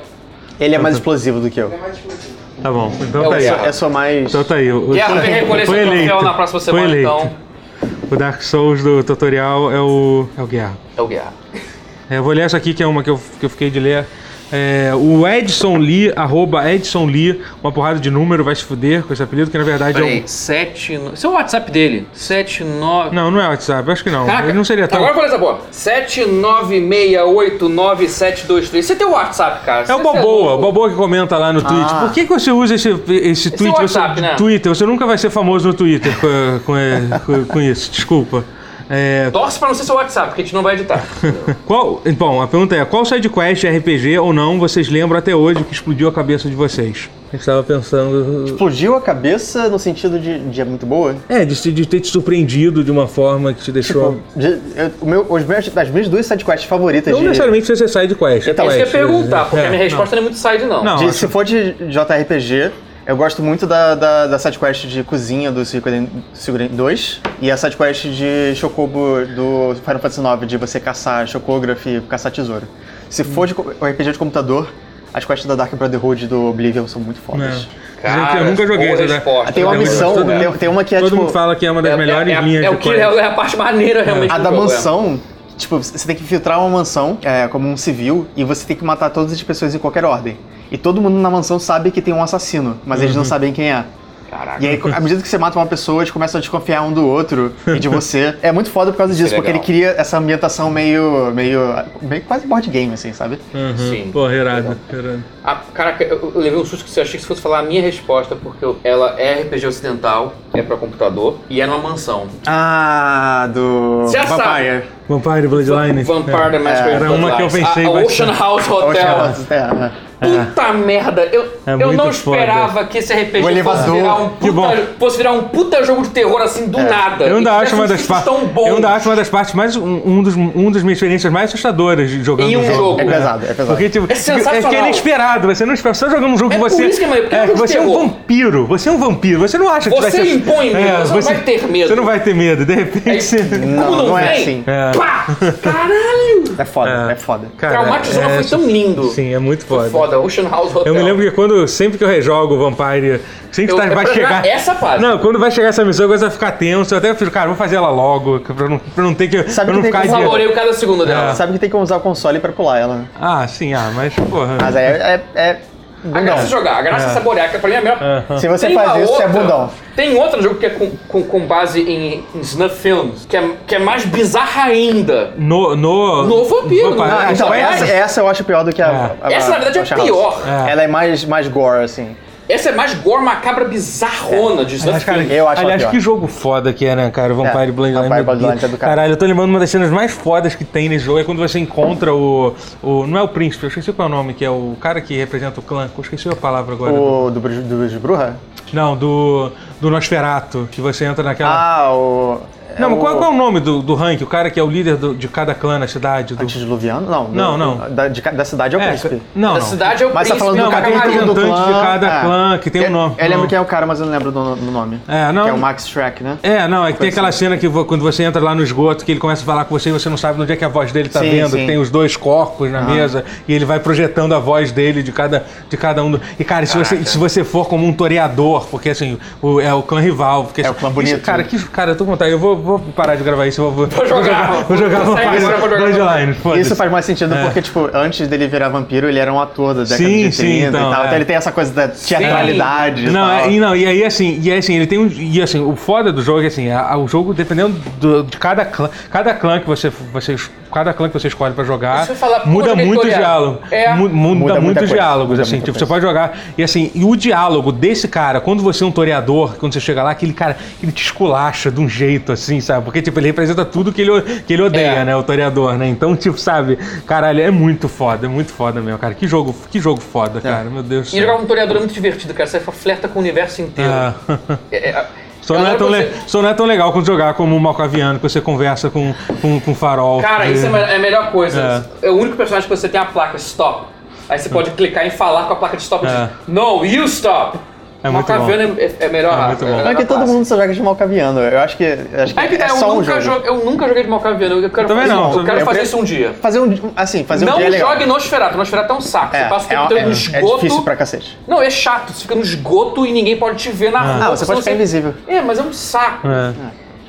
[SPEAKER 2] Ele é mais
[SPEAKER 1] Então
[SPEAKER 2] explosivo do que eu.
[SPEAKER 4] Ele é mais explosivo.
[SPEAKER 1] Tá bom. Então
[SPEAKER 3] É o
[SPEAKER 1] tá aí.
[SPEAKER 3] Guerra.
[SPEAKER 2] Eu sou mais.
[SPEAKER 1] Então tá aí. O, o-
[SPEAKER 3] Guerra, vem recolher seu
[SPEAKER 1] foi eleito.
[SPEAKER 3] troféu na próxima
[SPEAKER 1] Foi
[SPEAKER 3] semana,
[SPEAKER 1] eleito.
[SPEAKER 3] então.
[SPEAKER 1] O Dark Souls do tutorial é o. é o Guerra.
[SPEAKER 3] É o Guerra.
[SPEAKER 1] É, eu vou ler essa aqui, que é uma que eu, que eu fiquei de ler. É, o Edson Lee, arroba Edson Lee, uma porrada de número, vai se fuder com esse apelido, que na verdade é
[SPEAKER 3] Peraí,
[SPEAKER 1] um.
[SPEAKER 3] 7. No... Esse é o WhatsApp dele. 79.
[SPEAKER 1] Não, não é WhatsApp, acho que não.
[SPEAKER 3] Caraca,
[SPEAKER 1] Ele não seria tão.
[SPEAKER 3] Agora é eu falei essa porra. 796899723. Você tem o WhatsApp, cara.
[SPEAKER 1] É o Boboa, o Boboa que comenta lá no Twitch. Por que, que você usa esse, esse tweet?
[SPEAKER 3] WhatsApp,
[SPEAKER 1] você,
[SPEAKER 3] né?
[SPEAKER 1] Twitter, você nunca vai ser famoso no Twitter com, é, com- com- com isso, desculpa. É,
[SPEAKER 3] Torce pra não ser seu WhatsApp, porque a gente não vai editar. É
[SPEAKER 1] Qual, bom, a pergunta é: qual sidequest RPG ou não vocês lembram até hoje que explodiu a cabeça de vocês? Eu estava pensando.
[SPEAKER 2] Explodiu a cabeça no sentido de, de é muito boa?
[SPEAKER 1] É, de, se- de ter te surpreendido de uma forma que te deixou.
[SPEAKER 2] De- eu- o meu, os meus, das minhas duas sidequests favoritas
[SPEAKER 1] não
[SPEAKER 2] de,
[SPEAKER 1] necessariamente precisa ser sidequest.
[SPEAKER 2] Eu tava-
[SPEAKER 3] Isso que Tipo, eu ia
[SPEAKER 1] quest,
[SPEAKER 3] perguntar, porque
[SPEAKER 1] é,
[SPEAKER 3] a minha resposta não. é muito side, não.
[SPEAKER 1] Não.
[SPEAKER 2] de-
[SPEAKER 1] acho-
[SPEAKER 2] Se for de JRPG, eu gosto muito da, da, da sidequest de cozinha do Suikoden Suikoden 2 e a sidequest de Chocobo do Final Fantasy IX, de você caçar chocograph e caçar tesouro. Se for de co-
[SPEAKER 1] Hum.
[SPEAKER 2] RPG de computador, as quests da Dark Brotherhood do Oblivion são muito
[SPEAKER 1] É.
[SPEAKER 2] fodas.
[SPEAKER 3] Cara,
[SPEAKER 1] eu nunca joguei
[SPEAKER 3] boa
[SPEAKER 1] essa. né?
[SPEAKER 3] resposta.
[SPEAKER 2] Tem uma
[SPEAKER 1] Eu gosto
[SPEAKER 2] missão,
[SPEAKER 1] dela.
[SPEAKER 2] tem, tem uma que é
[SPEAKER 1] Todo
[SPEAKER 2] tipo.
[SPEAKER 1] mundo fala que é uma das
[SPEAKER 3] É-
[SPEAKER 1] melhores
[SPEAKER 3] é, é,
[SPEAKER 1] linhas
[SPEAKER 3] é
[SPEAKER 1] de
[SPEAKER 3] o que
[SPEAKER 1] quest.
[SPEAKER 3] é a parte maneira, realmente.
[SPEAKER 2] A
[SPEAKER 3] do
[SPEAKER 2] da
[SPEAKER 3] jogo, é.
[SPEAKER 2] mansão, tipo, você tem que filtrar uma mansão é, como um civil e você tem que matar todas as pessoas em qualquer ordem. E todo mundo na mansão sabe que tem um assassino, mas eles
[SPEAKER 3] Uhum.
[SPEAKER 2] não sabem quem é.
[SPEAKER 3] Caraca.
[SPEAKER 2] E aí, à medida que você mata uma pessoa, eles começam a desconfiar um do outro e de você. É muito foda por causa
[SPEAKER 3] é
[SPEAKER 2] disso, porque ele
[SPEAKER 3] legal.
[SPEAKER 2] cria essa ambientação meio. meio. meio quase board game, assim, sabe?
[SPEAKER 1] Uhum.
[SPEAKER 3] Sim.
[SPEAKER 1] Porra, irado, irado.
[SPEAKER 3] Ah, caraca, eu, eu levei um susto que você achei que você fosse falar a minha resposta, porque eu- ela é RPG ocidental, é pra computador e é numa mansão.
[SPEAKER 2] Ah, do.
[SPEAKER 3] Você já
[SPEAKER 2] Vampire.
[SPEAKER 1] Vampire Bloodline.
[SPEAKER 3] Vampire The Masquerade
[SPEAKER 1] né, é. Era uma que eu
[SPEAKER 3] Bloodlines.
[SPEAKER 1] pensei
[SPEAKER 3] A- a Ocean
[SPEAKER 1] bastante.
[SPEAKER 3] House
[SPEAKER 2] Ocean
[SPEAKER 3] Hotel.
[SPEAKER 2] House, é, é.
[SPEAKER 3] Puta merda, eu,
[SPEAKER 1] É
[SPEAKER 3] eu
[SPEAKER 1] muito
[SPEAKER 3] não
[SPEAKER 1] foda.
[SPEAKER 3] esperava que esse RPG
[SPEAKER 2] O
[SPEAKER 3] fosse
[SPEAKER 2] elevador.
[SPEAKER 3] virar, um
[SPEAKER 1] Que bom. É.
[SPEAKER 3] puta, fosse virar um puta jogo de terror assim do nada.
[SPEAKER 1] Eu ainda
[SPEAKER 3] E
[SPEAKER 1] acho uma das
[SPEAKER 3] tivesse um
[SPEAKER 1] partes.
[SPEAKER 3] tão bom.
[SPEAKER 1] Eu ainda acho uma das partes mais. Um, um dos, um das minhas experiências mais assustadoras de- jogando
[SPEAKER 3] Em um jogo.
[SPEAKER 2] É pesado, é pesado.
[SPEAKER 1] Porque, tipo,
[SPEAKER 3] É sensacional.
[SPEAKER 1] que é inesperado, você não espera. Você tá jogando um jogo
[SPEAKER 3] É
[SPEAKER 1] que
[SPEAKER 3] por
[SPEAKER 1] você.
[SPEAKER 3] isso que é maneiro, porque é um jogo de
[SPEAKER 1] você é um
[SPEAKER 3] terror.
[SPEAKER 1] vampiro, você é um vampiro, você não acha que
[SPEAKER 3] Você
[SPEAKER 1] vai ser. É,
[SPEAKER 3] impõe medo, você não vai ter medo. tipo,
[SPEAKER 1] Você não vai ter medo, de repente
[SPEAKER 3] Aí,
[SPEAKER 1] você.
[SPEAKER 2] Não,
[SPEAKER 3] Como não,
[SPEAKER 2] não é
[SPEAKER 3] vem?
[SPEAKER 2] assim.
[SPEAKER 1] É.
[SPEAKER 3] Pá! Caralho!
[SPEAKER 2] É foda, é foda.
[SPEAKER 1] Cara,
[SPEAKER 3] Traumatizona
[SPEAKER 1] é-
[SPEAKER 3] foi tão lindo.
[SPEAKER 1] Sim, é muito foda.
[SPEAKER 3] Foda, Ocean House
[SPEAKER 1] Eu
[SPEAKER 3] Hotel.
[SPEAKER 1] me lembro que quando, sempre que eu rejogo Vampire, sempre
[SPEAKER 3] Eu-
[SPEAKER 1] que tá-
[SPEAKER 3] é
[SPEAKER 1] vai
[SPEAKER 3] pra
[SPEAKER 1] chegar.
[SPEAKER 3] jogar essa fase.
[SPEAKER 1] Não, quando vai chegar essa missão, eu começo a ficar tenso. Eu até fico, cara, vou fazer ela logo, que- pra não, pra não ter que.
[SPEAKER 2] Sabe
[SPEAKER 1] pra
[SPEAKER 2] que
[SPEAKER 1] não
[SPEAKER 2] tem
[SPEAKER 1] ficar
[SPEAKER 2] que
[SPEAKER 1] de-
[SPEAKER 3] Saborei o cada
[SPEAKER 1] É.
[SPEAKER 3] segundo dela.
[SPEAKER 2] Sabe que tem que usar o console pra pular ela, né?
[SPEAKER 1] Ah, sim, ah, mas porra.
[SPEAKER 2] Mas aí é. é, é
[SPEAKER 3] A
[SPEAKER 2] bundão.
[SPEAKER 3] graça é jogar, a graça é, saborear, que pra mim é a melhor.
[SPEAKER 2] Se você
[SPEAKER 3] Tem uma
[SPEAKER 2] faz isso, você é
[SPEAKER 3] outra-
[SPEAKER 2] bundão.
[SPEAKER 3] Tem outro jogo que é com, com, com base em, em snuff films, que é, que é mais bizarra ainda.
[SPEAKER 1] No, no, é
[SPEAKER 3] No vampiro,
[SPEAKER 1] Vampire-
[SPEAKER 3] né?
[SPEAKER 2] Ah, então
[SPEAKER 3] Só
[SPEAKER 2] essa,
[SPEAKER 3] mais?
[SPEAKER 2] essa eu acho pior do que a.
[SPEAKER 1] É.
[SPEAKER 2] a-
[SPEAKER 3] Essa, na verdade, é
[SPEAKER 2] a Charlotte.
[SPEAKER 3] pior.
[SPEAKER 1] É.
[SPEAKER 2] Ela é mais, mais gore, assim.
[SPEAKER 3] Essa é mais gore macabra bizarrona de
[SPEAKER 1] Aliás, É. cara,
[SPEAKER 3] Stuff
[SPEAKER 2] eu acho
[SPEAKER 1] aliás
[SPEAKER 2] ela pior.
[SPEAKER 1] que jogo foda que é, né, cara? Vampire
[SPEAKER 2] É,
[SPEAKER 1] Bloodline.
[SPEAKER 2] Vampire
[SPEAKER 1] meu Deus.
[SPEAKER 2] Bloodline é do cara.
[SPEAKER 1] Caralho, eu tô lembrando uma das cenas mais fodas que tem nesse jogo. É quando você encontra o. o não é o príncipe, eu esqueci qual é o nome, que é o cara que representa o clã. Eu esqueci a palavra agora.
[SPEAKER 2] O do, Bru- do, de Bruja?
[SPEAKER 1] Não, do. Do Nosferato, que você entra naquela.
[SPEAKER 2] Ah, o. é
[SPEAKER 1] não, mas
[SPEAKER 2] o...
[SPEAKER 1] qual, qual é o nome do, do rank? O cara que é o líder do- de cada clã na cidade? Do...
[SPEAKER 2] Antediluviano? Não. do-
[SPEAKER 1] Não, não.
[SPEAKER 2] Da, de ca- da cidade é o
[SPEAKER 1] É,
[SPEAKER 2] príncipe.
[SPEAKER 1] não,
[SPEAKER 3] da
[SPEAKER 1] não.
[SPEAKER 3] cidade é o
[SPEAKER 2] Mas tá
[SPEAKER 3] príncipe
[SPEAKER 2] falando
[SPEAKER 1] não,
[SPEAKER 2] do
[SPEAKER 3] do
[SPEAKER 1] mas
[SPEAKER 2] cara
[SPEAKER 1] tem
[SPEAKER 2] que é
[SPEAKER 3] camarim.
[SPEAKER 1] um
[SPEAKER 2] do
[SPEAKER 1] representante
[SPEAKER 2] clã.
[SPEAKER 1] de cada clã, que tem um
[SPEAKER 2] Eu-
[SPEAKER 1] nome.
[SPEAKER 2] Eu
[SPEAKER 1] Não.
[SPEAKER 2] lembro quem é o cara, mas eu não lembro do, do nome.
[SPEAKER 1] É, não.
[SPEAKER 2] Que é o Max Shrek, né?
[SPEAKER 1] É, não, é que tem aquela cena que vo- quando você entra lá no esgoto, que ele começa a falar com você e você não sabe onde é que a voz dele tá
[SPEAKER 2] Sim,
[SPEAKER 1] vendo,
[SPEAKER 2] sim. Ah.
[SPEAKER 1] que tem os dois corpos na mesa, e ele vai projetando a voz dele de cada, de cada um. do- E, cara, se você, se você for como um toreador, porque assim, o- é o clã rival, porque
[SPEAKER 2] É o
[SPEAKER 1] assim,
[SPEAKER 2] clã
[SPEAKER 1] isso-
[SPEAKER 2] bonito,
[SPEAKER 1] cara,
[SPEAKER 2] né?
[SPEAKER 1] que, cara, eu tô com vontade, eu vou, vou parar de gravar isso, eu vou, vou
[SPEAKER 3] jogar.
[SPEAKER 1] Vou jogar
[SPEAKER 3] Sai
[SPEAKER 1] Vampire
[SPEAKER 3] agora, vou jogar.
[SPEAKER 1] Bloodline, foda-se.
[SPEAKER 2] Isso faz mais sentido
[SPEAKER 1] É.
[SPEAKER 2] porque, tipo, antes dele virar vampiro, ele era um ator da década
[SPEAKER 1] Sim,
[SPEAKER 2] de
[SPEAKER 1] sim,
[SPEAKER 2] 30
[SPEAKER 1] então,
[SPEAKER 2] e tal.
[SPEAKER 1] é.
[SPEAKER 2] Então ele tem essa coisa da teatralidade. e
[SPEAKER 1] Não,
[SPEAKER 2] tal.
[SPEAKER 1] é- e não, e aí assim, e aí, assim, ele tem um. E assim, o foda do jogo é assim, a- a- o jogo, dependendo do- de cada clã, cada clã que você, você es- cada clã que você escolhe pra jogar,
[SPEAKER 3] Deixa eu falar,
[SPEAKER 1] muda
[SPEAKER 3] puta que
[SPEAKER 1] muito o
[SPEAKER 3] tutorial.
[SPEAKER 1] diálogo.
[SPEAKER 3] É.
[SPEAKER 1] Mu- muda
[SPEAKER 2] Muda muita
[SPEAKER 1] muitos
[SPEAKER 2] coisa,
[SPEAKER 1] diálogos,
[SPEAKER 2] muda
[SPEAKER 1] assim,
[SPEAKER 2] muita
[SPEAKER 1] tipo, você pode
[SPEAKER 2] coisa.
[SPEAKER 1] jogar. E assim, e o diálogo desse cara, quando você é um toreador, quando você chega lá, aquele cara, ele te esculacha de um jeito assim, sabe? Porque tipo, ele representa tudo que ele, o- que ele odeia,
[SPEAKER 3] É.
[SPEAKER 1] né, o toreador, né? Então, tipo, sabe, caralho, é muito foda, é muito foda mesmo, cara. Que jogo, que jogo
[SPEAKER 2] É.
[SPEAKER 1] foda, cara. Meu Deus. do
[SPEAKER 3] E
[SPEAKER 1] céu.
[SPEAKER 3] jogar com um toreador é muito divertido, cara. Você flerta com o universo inteiro.
[SPEAKER 1] Ah.
[SPEAKER 3] É, é,
[SPEAKER 1] Só
[SPEAKER 3] eu
[SPEAKER 1] não, é
[SPEAKER 3] adoro
[SPEAKER 1] tão
[SPEAKER 3] você-
[SPEAKER 1] le- só não é tão legal quando jogar como o Malcaviano, que você conversa com, com, com farol.
[SPEAKER 3] Cara,
[SPEAKER 1] que-
[SPEAKER 3] isso é, me- é a melhor coisa. É. o único personagem que você tem a placa stop. Aí você pode clicar em falar com a placa de stop e
[SPEAKER 1] É.
[SPEAKER 3] diz, No, you stop!
[SPEAKER 1] É muito
[SPEAKER 3] Malcaviano é, é melhor.
[SPEAKER 1] É muito bom.
[SPEAKER 2] Não é que todo mundo só joga de Malcaviano. Eu acho que, eu acho que
[SPEAKER 3] É que
[SPEAKER 2] é,
[SPEAKER 3] tá, eu,
[SPEAKER 2] só um
[SPEAKER 3] nunca
[SPEAKER 2] jogo.
[SPEAKER 3] jo- eu nunca joguei de Malcaviano. Eu quero
[SPEAKER 1] Também
[SPEAKER 3] fazer,
[SPEAKER 1] não,
[SPEAKER 3] isso- eu
[SPEAKER 1] também
[SPEAKER 3] quero
[SPEAKER 1] não.
[SPEAKER 3] fazer isso um dia.
[SPEAKER 2] Fazer um. Assim, fazer um
[SPEAKER 3] não
[SPEAKER 2] dia é legal.
[SPEAKER 3] jogue Nosferatu. Nosferatu é um saco.
[SPEAKER 2] É,
[SPEAKER 3] você passa o tempo
[SPEAKER 2] é,
[SPEAKER 3] inteiro
[SPEAKER 2] é,
[SPEAKER 3] no
[SPEAKER 2] é
[SPEAKER 3] um esgoto.
[SPEAKER 2] difícil pra cacete.
[SPEAKER 3] Não, é chato. Você fica no esgoto e ninguém pode te ver na rua.
[SPEAKER 2] Ah, você pode
[SPEAKER 3] senão
[SPEAKER 2] ficar invisível.
[SPEAKER 3] É, mas é um saco.
[SPEAKER 1] É.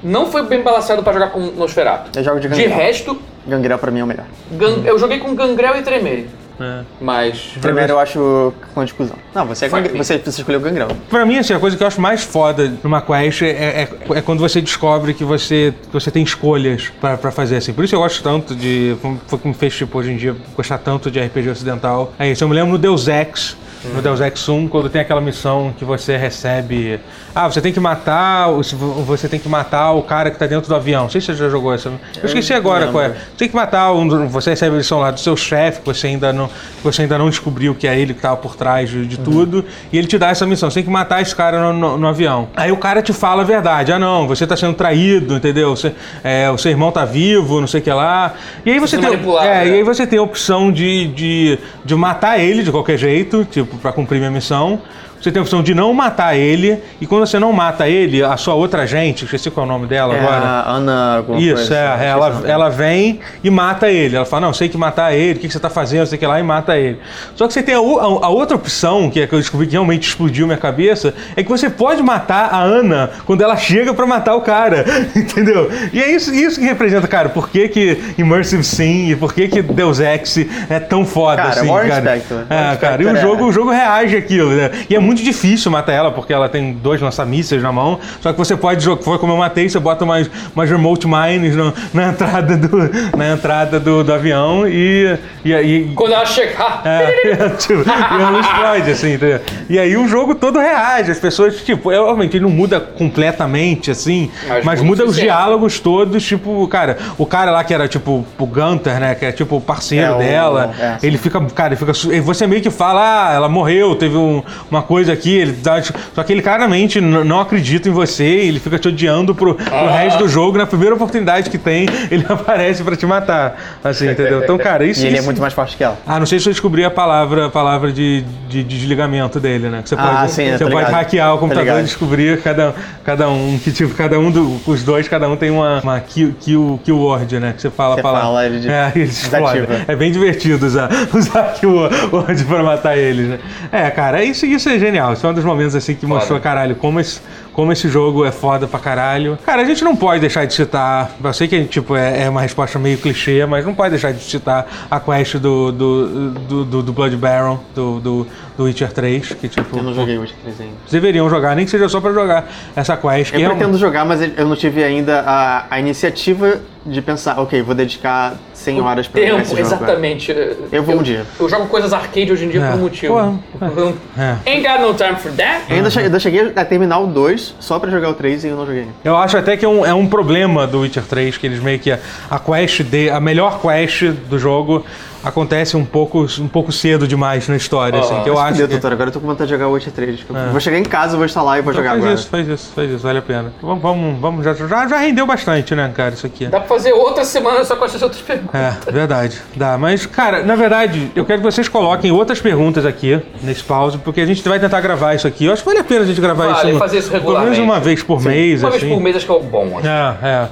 [SPEAKER 3] Não foi bem balanceado pra jogar com Nosferatu.
[SPEAKER 2] Eu É jogo de
[SPEAKER 3] De
[SPEAKER 2] Gangrel.
[SPEAKER 3] resto,
[SPEAKER 2] Gangrel pra mim é o melhor.
[SPEAKER 3] gan- eu joguei com Gangrel e Tremere.
[SPEAKER 1] É.
[SPEAKER 3] Mas...
[SPEAKER 2] Primeiro eu acho clã de cuzão. Não, você, é
[SPEAKER 3] Fuck
[SPEAKER 2] gang-
[SPEAKER 3] me.
[SPEAKER 2] você, você escolheu Gangrel.
[SPEAKER 1] Pra mim, assim, a coisa que eu acho mais foda numa quest é, é, é quando você descobre que você, que você tem escolhas pra, pra fazer, assim. Por isso eu gosto tanto de... Foi o que me fez, tipo, hoje em dia, gostar tanto de RPG ocidental. É isso, eu me lembro no Deus Ex, no Deus Ex 1, quando tem aquela missão que você recebe... Ah, você tem que matar... o- se vo- Você tem que matar o cara que tá dentro do avião. Não sei se você já jogou essa. Eu esqueci agora
[SPEAKER 2] não
[SPEAKER 1] qual é.
[SPEAKER 2] lembro.
[SPEAKER 1] Você tem que matar um, do- você recebe a lição lá do seu chefe, que você ainda não, que você ainda não descobriu que é ele que estava por trás de, de tudo, e ele te dá essa missão, você tem que matar esse cara no, no- no avião. Aí o cara te fala a verdade, ah não, você está sendo traído, entendeu? Você- é, o seu irmão tá vivo, não sei o que lá. E aí você
[SPEAKER 3] sendo
[SPEAKER 1] tem,
[SPEAKER 3] manipulado,
[SPEAKER 1] é,
[SPEAKER 3] né?
[SPEAKER 1] e aí você tem a opção de, de, de matar ele de qualquer jeito, tipo, para cumprir minha missão. Você tem a opção de não matar ele, e quando você não mata ele, a sua outra gente, esqueci qual é o nome dela
[SPEAKER 2] É
[SPEAKER 1] agora.
[SPEAKER 2] a Ana alguma
[SPEAKER 1] Isso,
[SPEAKER 2] coisa. assim, né?
[SPEAKER 1] é. Ela,
[SPEAKER 2] tá
[SPEAKER 1] ela vem e mata ele. Ela fala, não, sei que matar ele, o que, que você tá fazendo, sei que lá, e mata ele. Só que você tem a, o- a- a outra opção, que é que eu descobri que realmente explodiu minha cabeça, é que você pode matar a Ana quando ela chega pra matar o cara, entendeu? E é isso, isso que representa, cara, por que que Immersive Sim e por que que Deus Ex é tão foda
[SPEAKER 2] Cara,
[SPEAKER 1] assim,
[SPEAKER 2] Warren
[SPEAKER 1] cara.
[SPEAKER 2] Spector.
[SPEAKER 1] É,
[SPEAKER 2] Warren
[SPEAKER 1] cara, e o
[SPEAKER 2] Spector é-
[SPEAKER 1] jogo, o jogo reage àquilo, né? E é muito difícil matar ela, porque ela tem dois lançamísseis na mão. Só que você pode jogar, foi como eu matei, você bota mais, mais remote mines no- na entrada do, na entrada do, do avião e. e, e
[SPEAKER 3] Quando ela chegar...
[SPEAKER 1] é, tipo, e ela explode, assim, entendeu? E aí o jogo todo reage, as pessoas, tipo, é, obviamente ele não muda completamente, assim, mas,
[SPEAKER 3] Mas muda o
[SPEAKER 1] muda os
[SPEAKER 3] suficiente.
[SPEAKER 1] diálogos todos, tipo, cara, o cara lá que era, tipo, o Gunter, né, que é, tipo, o parceiro
[SPEAKER 2] É, o-
[SPEAKER 1] dela,
[SPEAKER 2] é,
[SPEAKER 1] ele fica, cara, ele fica, su- e você meio que fala, ah, ela morreu, teve um- uma coisa aqui, ele dá, tipo, só que ele claramente n- não acredita em você, ele fica te odiando pro, pro
[SPEAKER 2] Ah.
[SPEAKER 1] resto do jogo, na primeira oportunidade que tem, ele aparece pra te matar, assim, entendeu? Então, cara, isso...
[SPEAKER 2] E ele é
[SPEAKER 1] isso-
[SPEAKER 2] muito mais forte que ela.
[SPEAKER 1] ah, não sei se eu descobri a palavra, a palavra de, de desligamento dele, né? Que você
[SPEAKER 2] Ah,
[SPEAKER 1] pode,
[SPEAKER 2] sim,
[SPEAKER 1] você
[SPEAKER 2] tá
[SPEAKER 1] pode
[SPEAKER 2] ligado.
[SPEAKER 1] hackear o
[SPEAKER 2] Tá
[SPEAKER 1] computador e
[SPEAKER 2] ligado.
[SPEAKER 1] descobrir cada, cada um, que tipo, cada um do, os dois, cada um tem uma, uma key- key- keyword, né? Que você fala a
[SPEAKER 2] Você
[SPEAKER 1] palavra.
[SPEAKER 2] fala, ele de-
[SPEAKER 1] é, eles
[SPEAKER 2] desativa.
[SPEAKER 1] explodem. É bem divertido usar, usar keyword pra matar eles, né? É, cara, é isso, isso é genial. Isso é um dos momentos assim que mostrou, caralho, como esse, como esse jogo é foda pra caralho. Cara, a gente não pode deixar de citar. Eu sei que tipo, é, é uma resposta meio clichê, mas não pode deixar de citar a quest do, do, do, do, do Blood Baron, do, do, do Witcher 3, que tipo.
[SPEAKER 2] Eu não joguei o Witcher 3 ainda.
[SPEAKER 1] vocês deveriam jogar, nem que seja só pra jogar essa quest. que
[SPEAKER 2] Eu
[SPEAKER 1] é uma-
[SPEAKER 2] pretendo jogar, mas eu não tive ainda a, a iniciativa de pensar, ok, vou dedicar 100 horas pra jogar
[SPEAKER 3] Tempo,
[SPEAKER 2] esse jogo. é. né?
[SPEAKER 3] exatamente.
[SPEAKER 2] Eu vou um dia.
[SPEAKER 3] Eu jogo coisas arcade hoje em dia
[SPEAKER 1] É.
[SPEAKER 3] por um motivo.
[SPEAKER 1] Porra, um-
[SPEAKER 3] É. Ain't got no time for that.
[SPEAKER 2] Eu ainda cheguei, ainda cheguei a terminar o 2 só pra jogar o 3 e eu não joguei.
[SPEAKER 1] Eu acho até que é um, é um problema do Witcher 3, que eles meio que. A, a quest de. A melhor quest do jogo acontece um pouco, um pouco cedo demais na história, assim. Que eu acho.
[SPEAKER 2] Deu,
[SPEAKER 1] que-
[SPEAKER 2] doutor, agora eu tô com vontade de jogar o Witcher 3. tipo, Vou chegar em casa, vou instalar e vou
[SPEAKER 1] É. Então
[SPEAKER 2] jogar
[SPEAKER 1] faz
[SPEAKER 2] agora.
[SPEAKER 1] isso, faz isso, faz isso, vale a pena. Vamos, vamos, vamos já, já, já rendeu bastante, né, cara, isso aqui.
[SPEAKER 3] Dá pra fazer outra semana só com essas outras perguntas.
[SPEAKER 1] É, verdade. Dá, mas, cara, na verdade, eu quero que vocês coloquem outras perguntas aqui nesse pause, porque a gente vai tentar gravar isso aqui. Eu acho que vale a pena a gente gravar
[SPEAKER 3] Vale,
[SPEAKER 1] isso. um-
[SPEAKER 3] fazer isso
[SPEAKER 1] Pelo
[SPEAKER 3] regularmente.
[SPEAKER 1] menos uma vez por mês,
[SPEAKER 3] Uma
[SPEAKER 1] assim.
[SPEAKER 3] vez por mês acho que é o bom. acho.
[SPEAKER 1] É, é.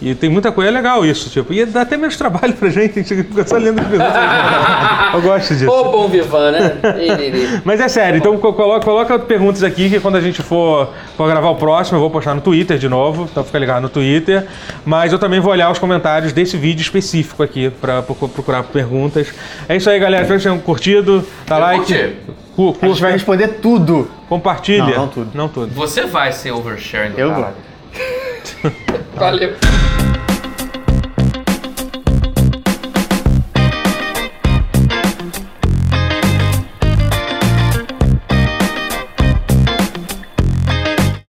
[SPEAKER 1] E tem muita coisa legal isso, tipo. E dá até menos trabalho pra gente, a gente fica só lendo as perguntas. Eu gosto disso.
[SPEAKER 3] Ô bom vivan, né? Iriri.
[SPEAKER 1] Mas é sério, então co- coloca, coloca perguntas aqui que quando a gente for, for gravar o próximo, eu vou postar no Twitter de novo, então fica ligado no Twitter. Mas eu também vou olhar os comentários desse vídeo específico aqui pra procu- procurar perguntas. É isso aí, galera. Espero que vocês tenham curtido. Dá
[SPEAKER 3] Eu
[SPEAKER 1] like. cu-
[SPEAKER 3] curti.
[SPEAKER 2] A gente vai
[SPEAKER 1] Curte,
[SPEAKER 2] responder tudo.
[SPEAKER 1] compartilha.
[SPEAKER 2] Não, não tudo.
[SPEAKER 1] Não tudo.
[SPEAKER 3] Você vai ser oversharing do
[SPEAKER 2] Eu vou.
[SPEAKER 3] caralho. Valeu.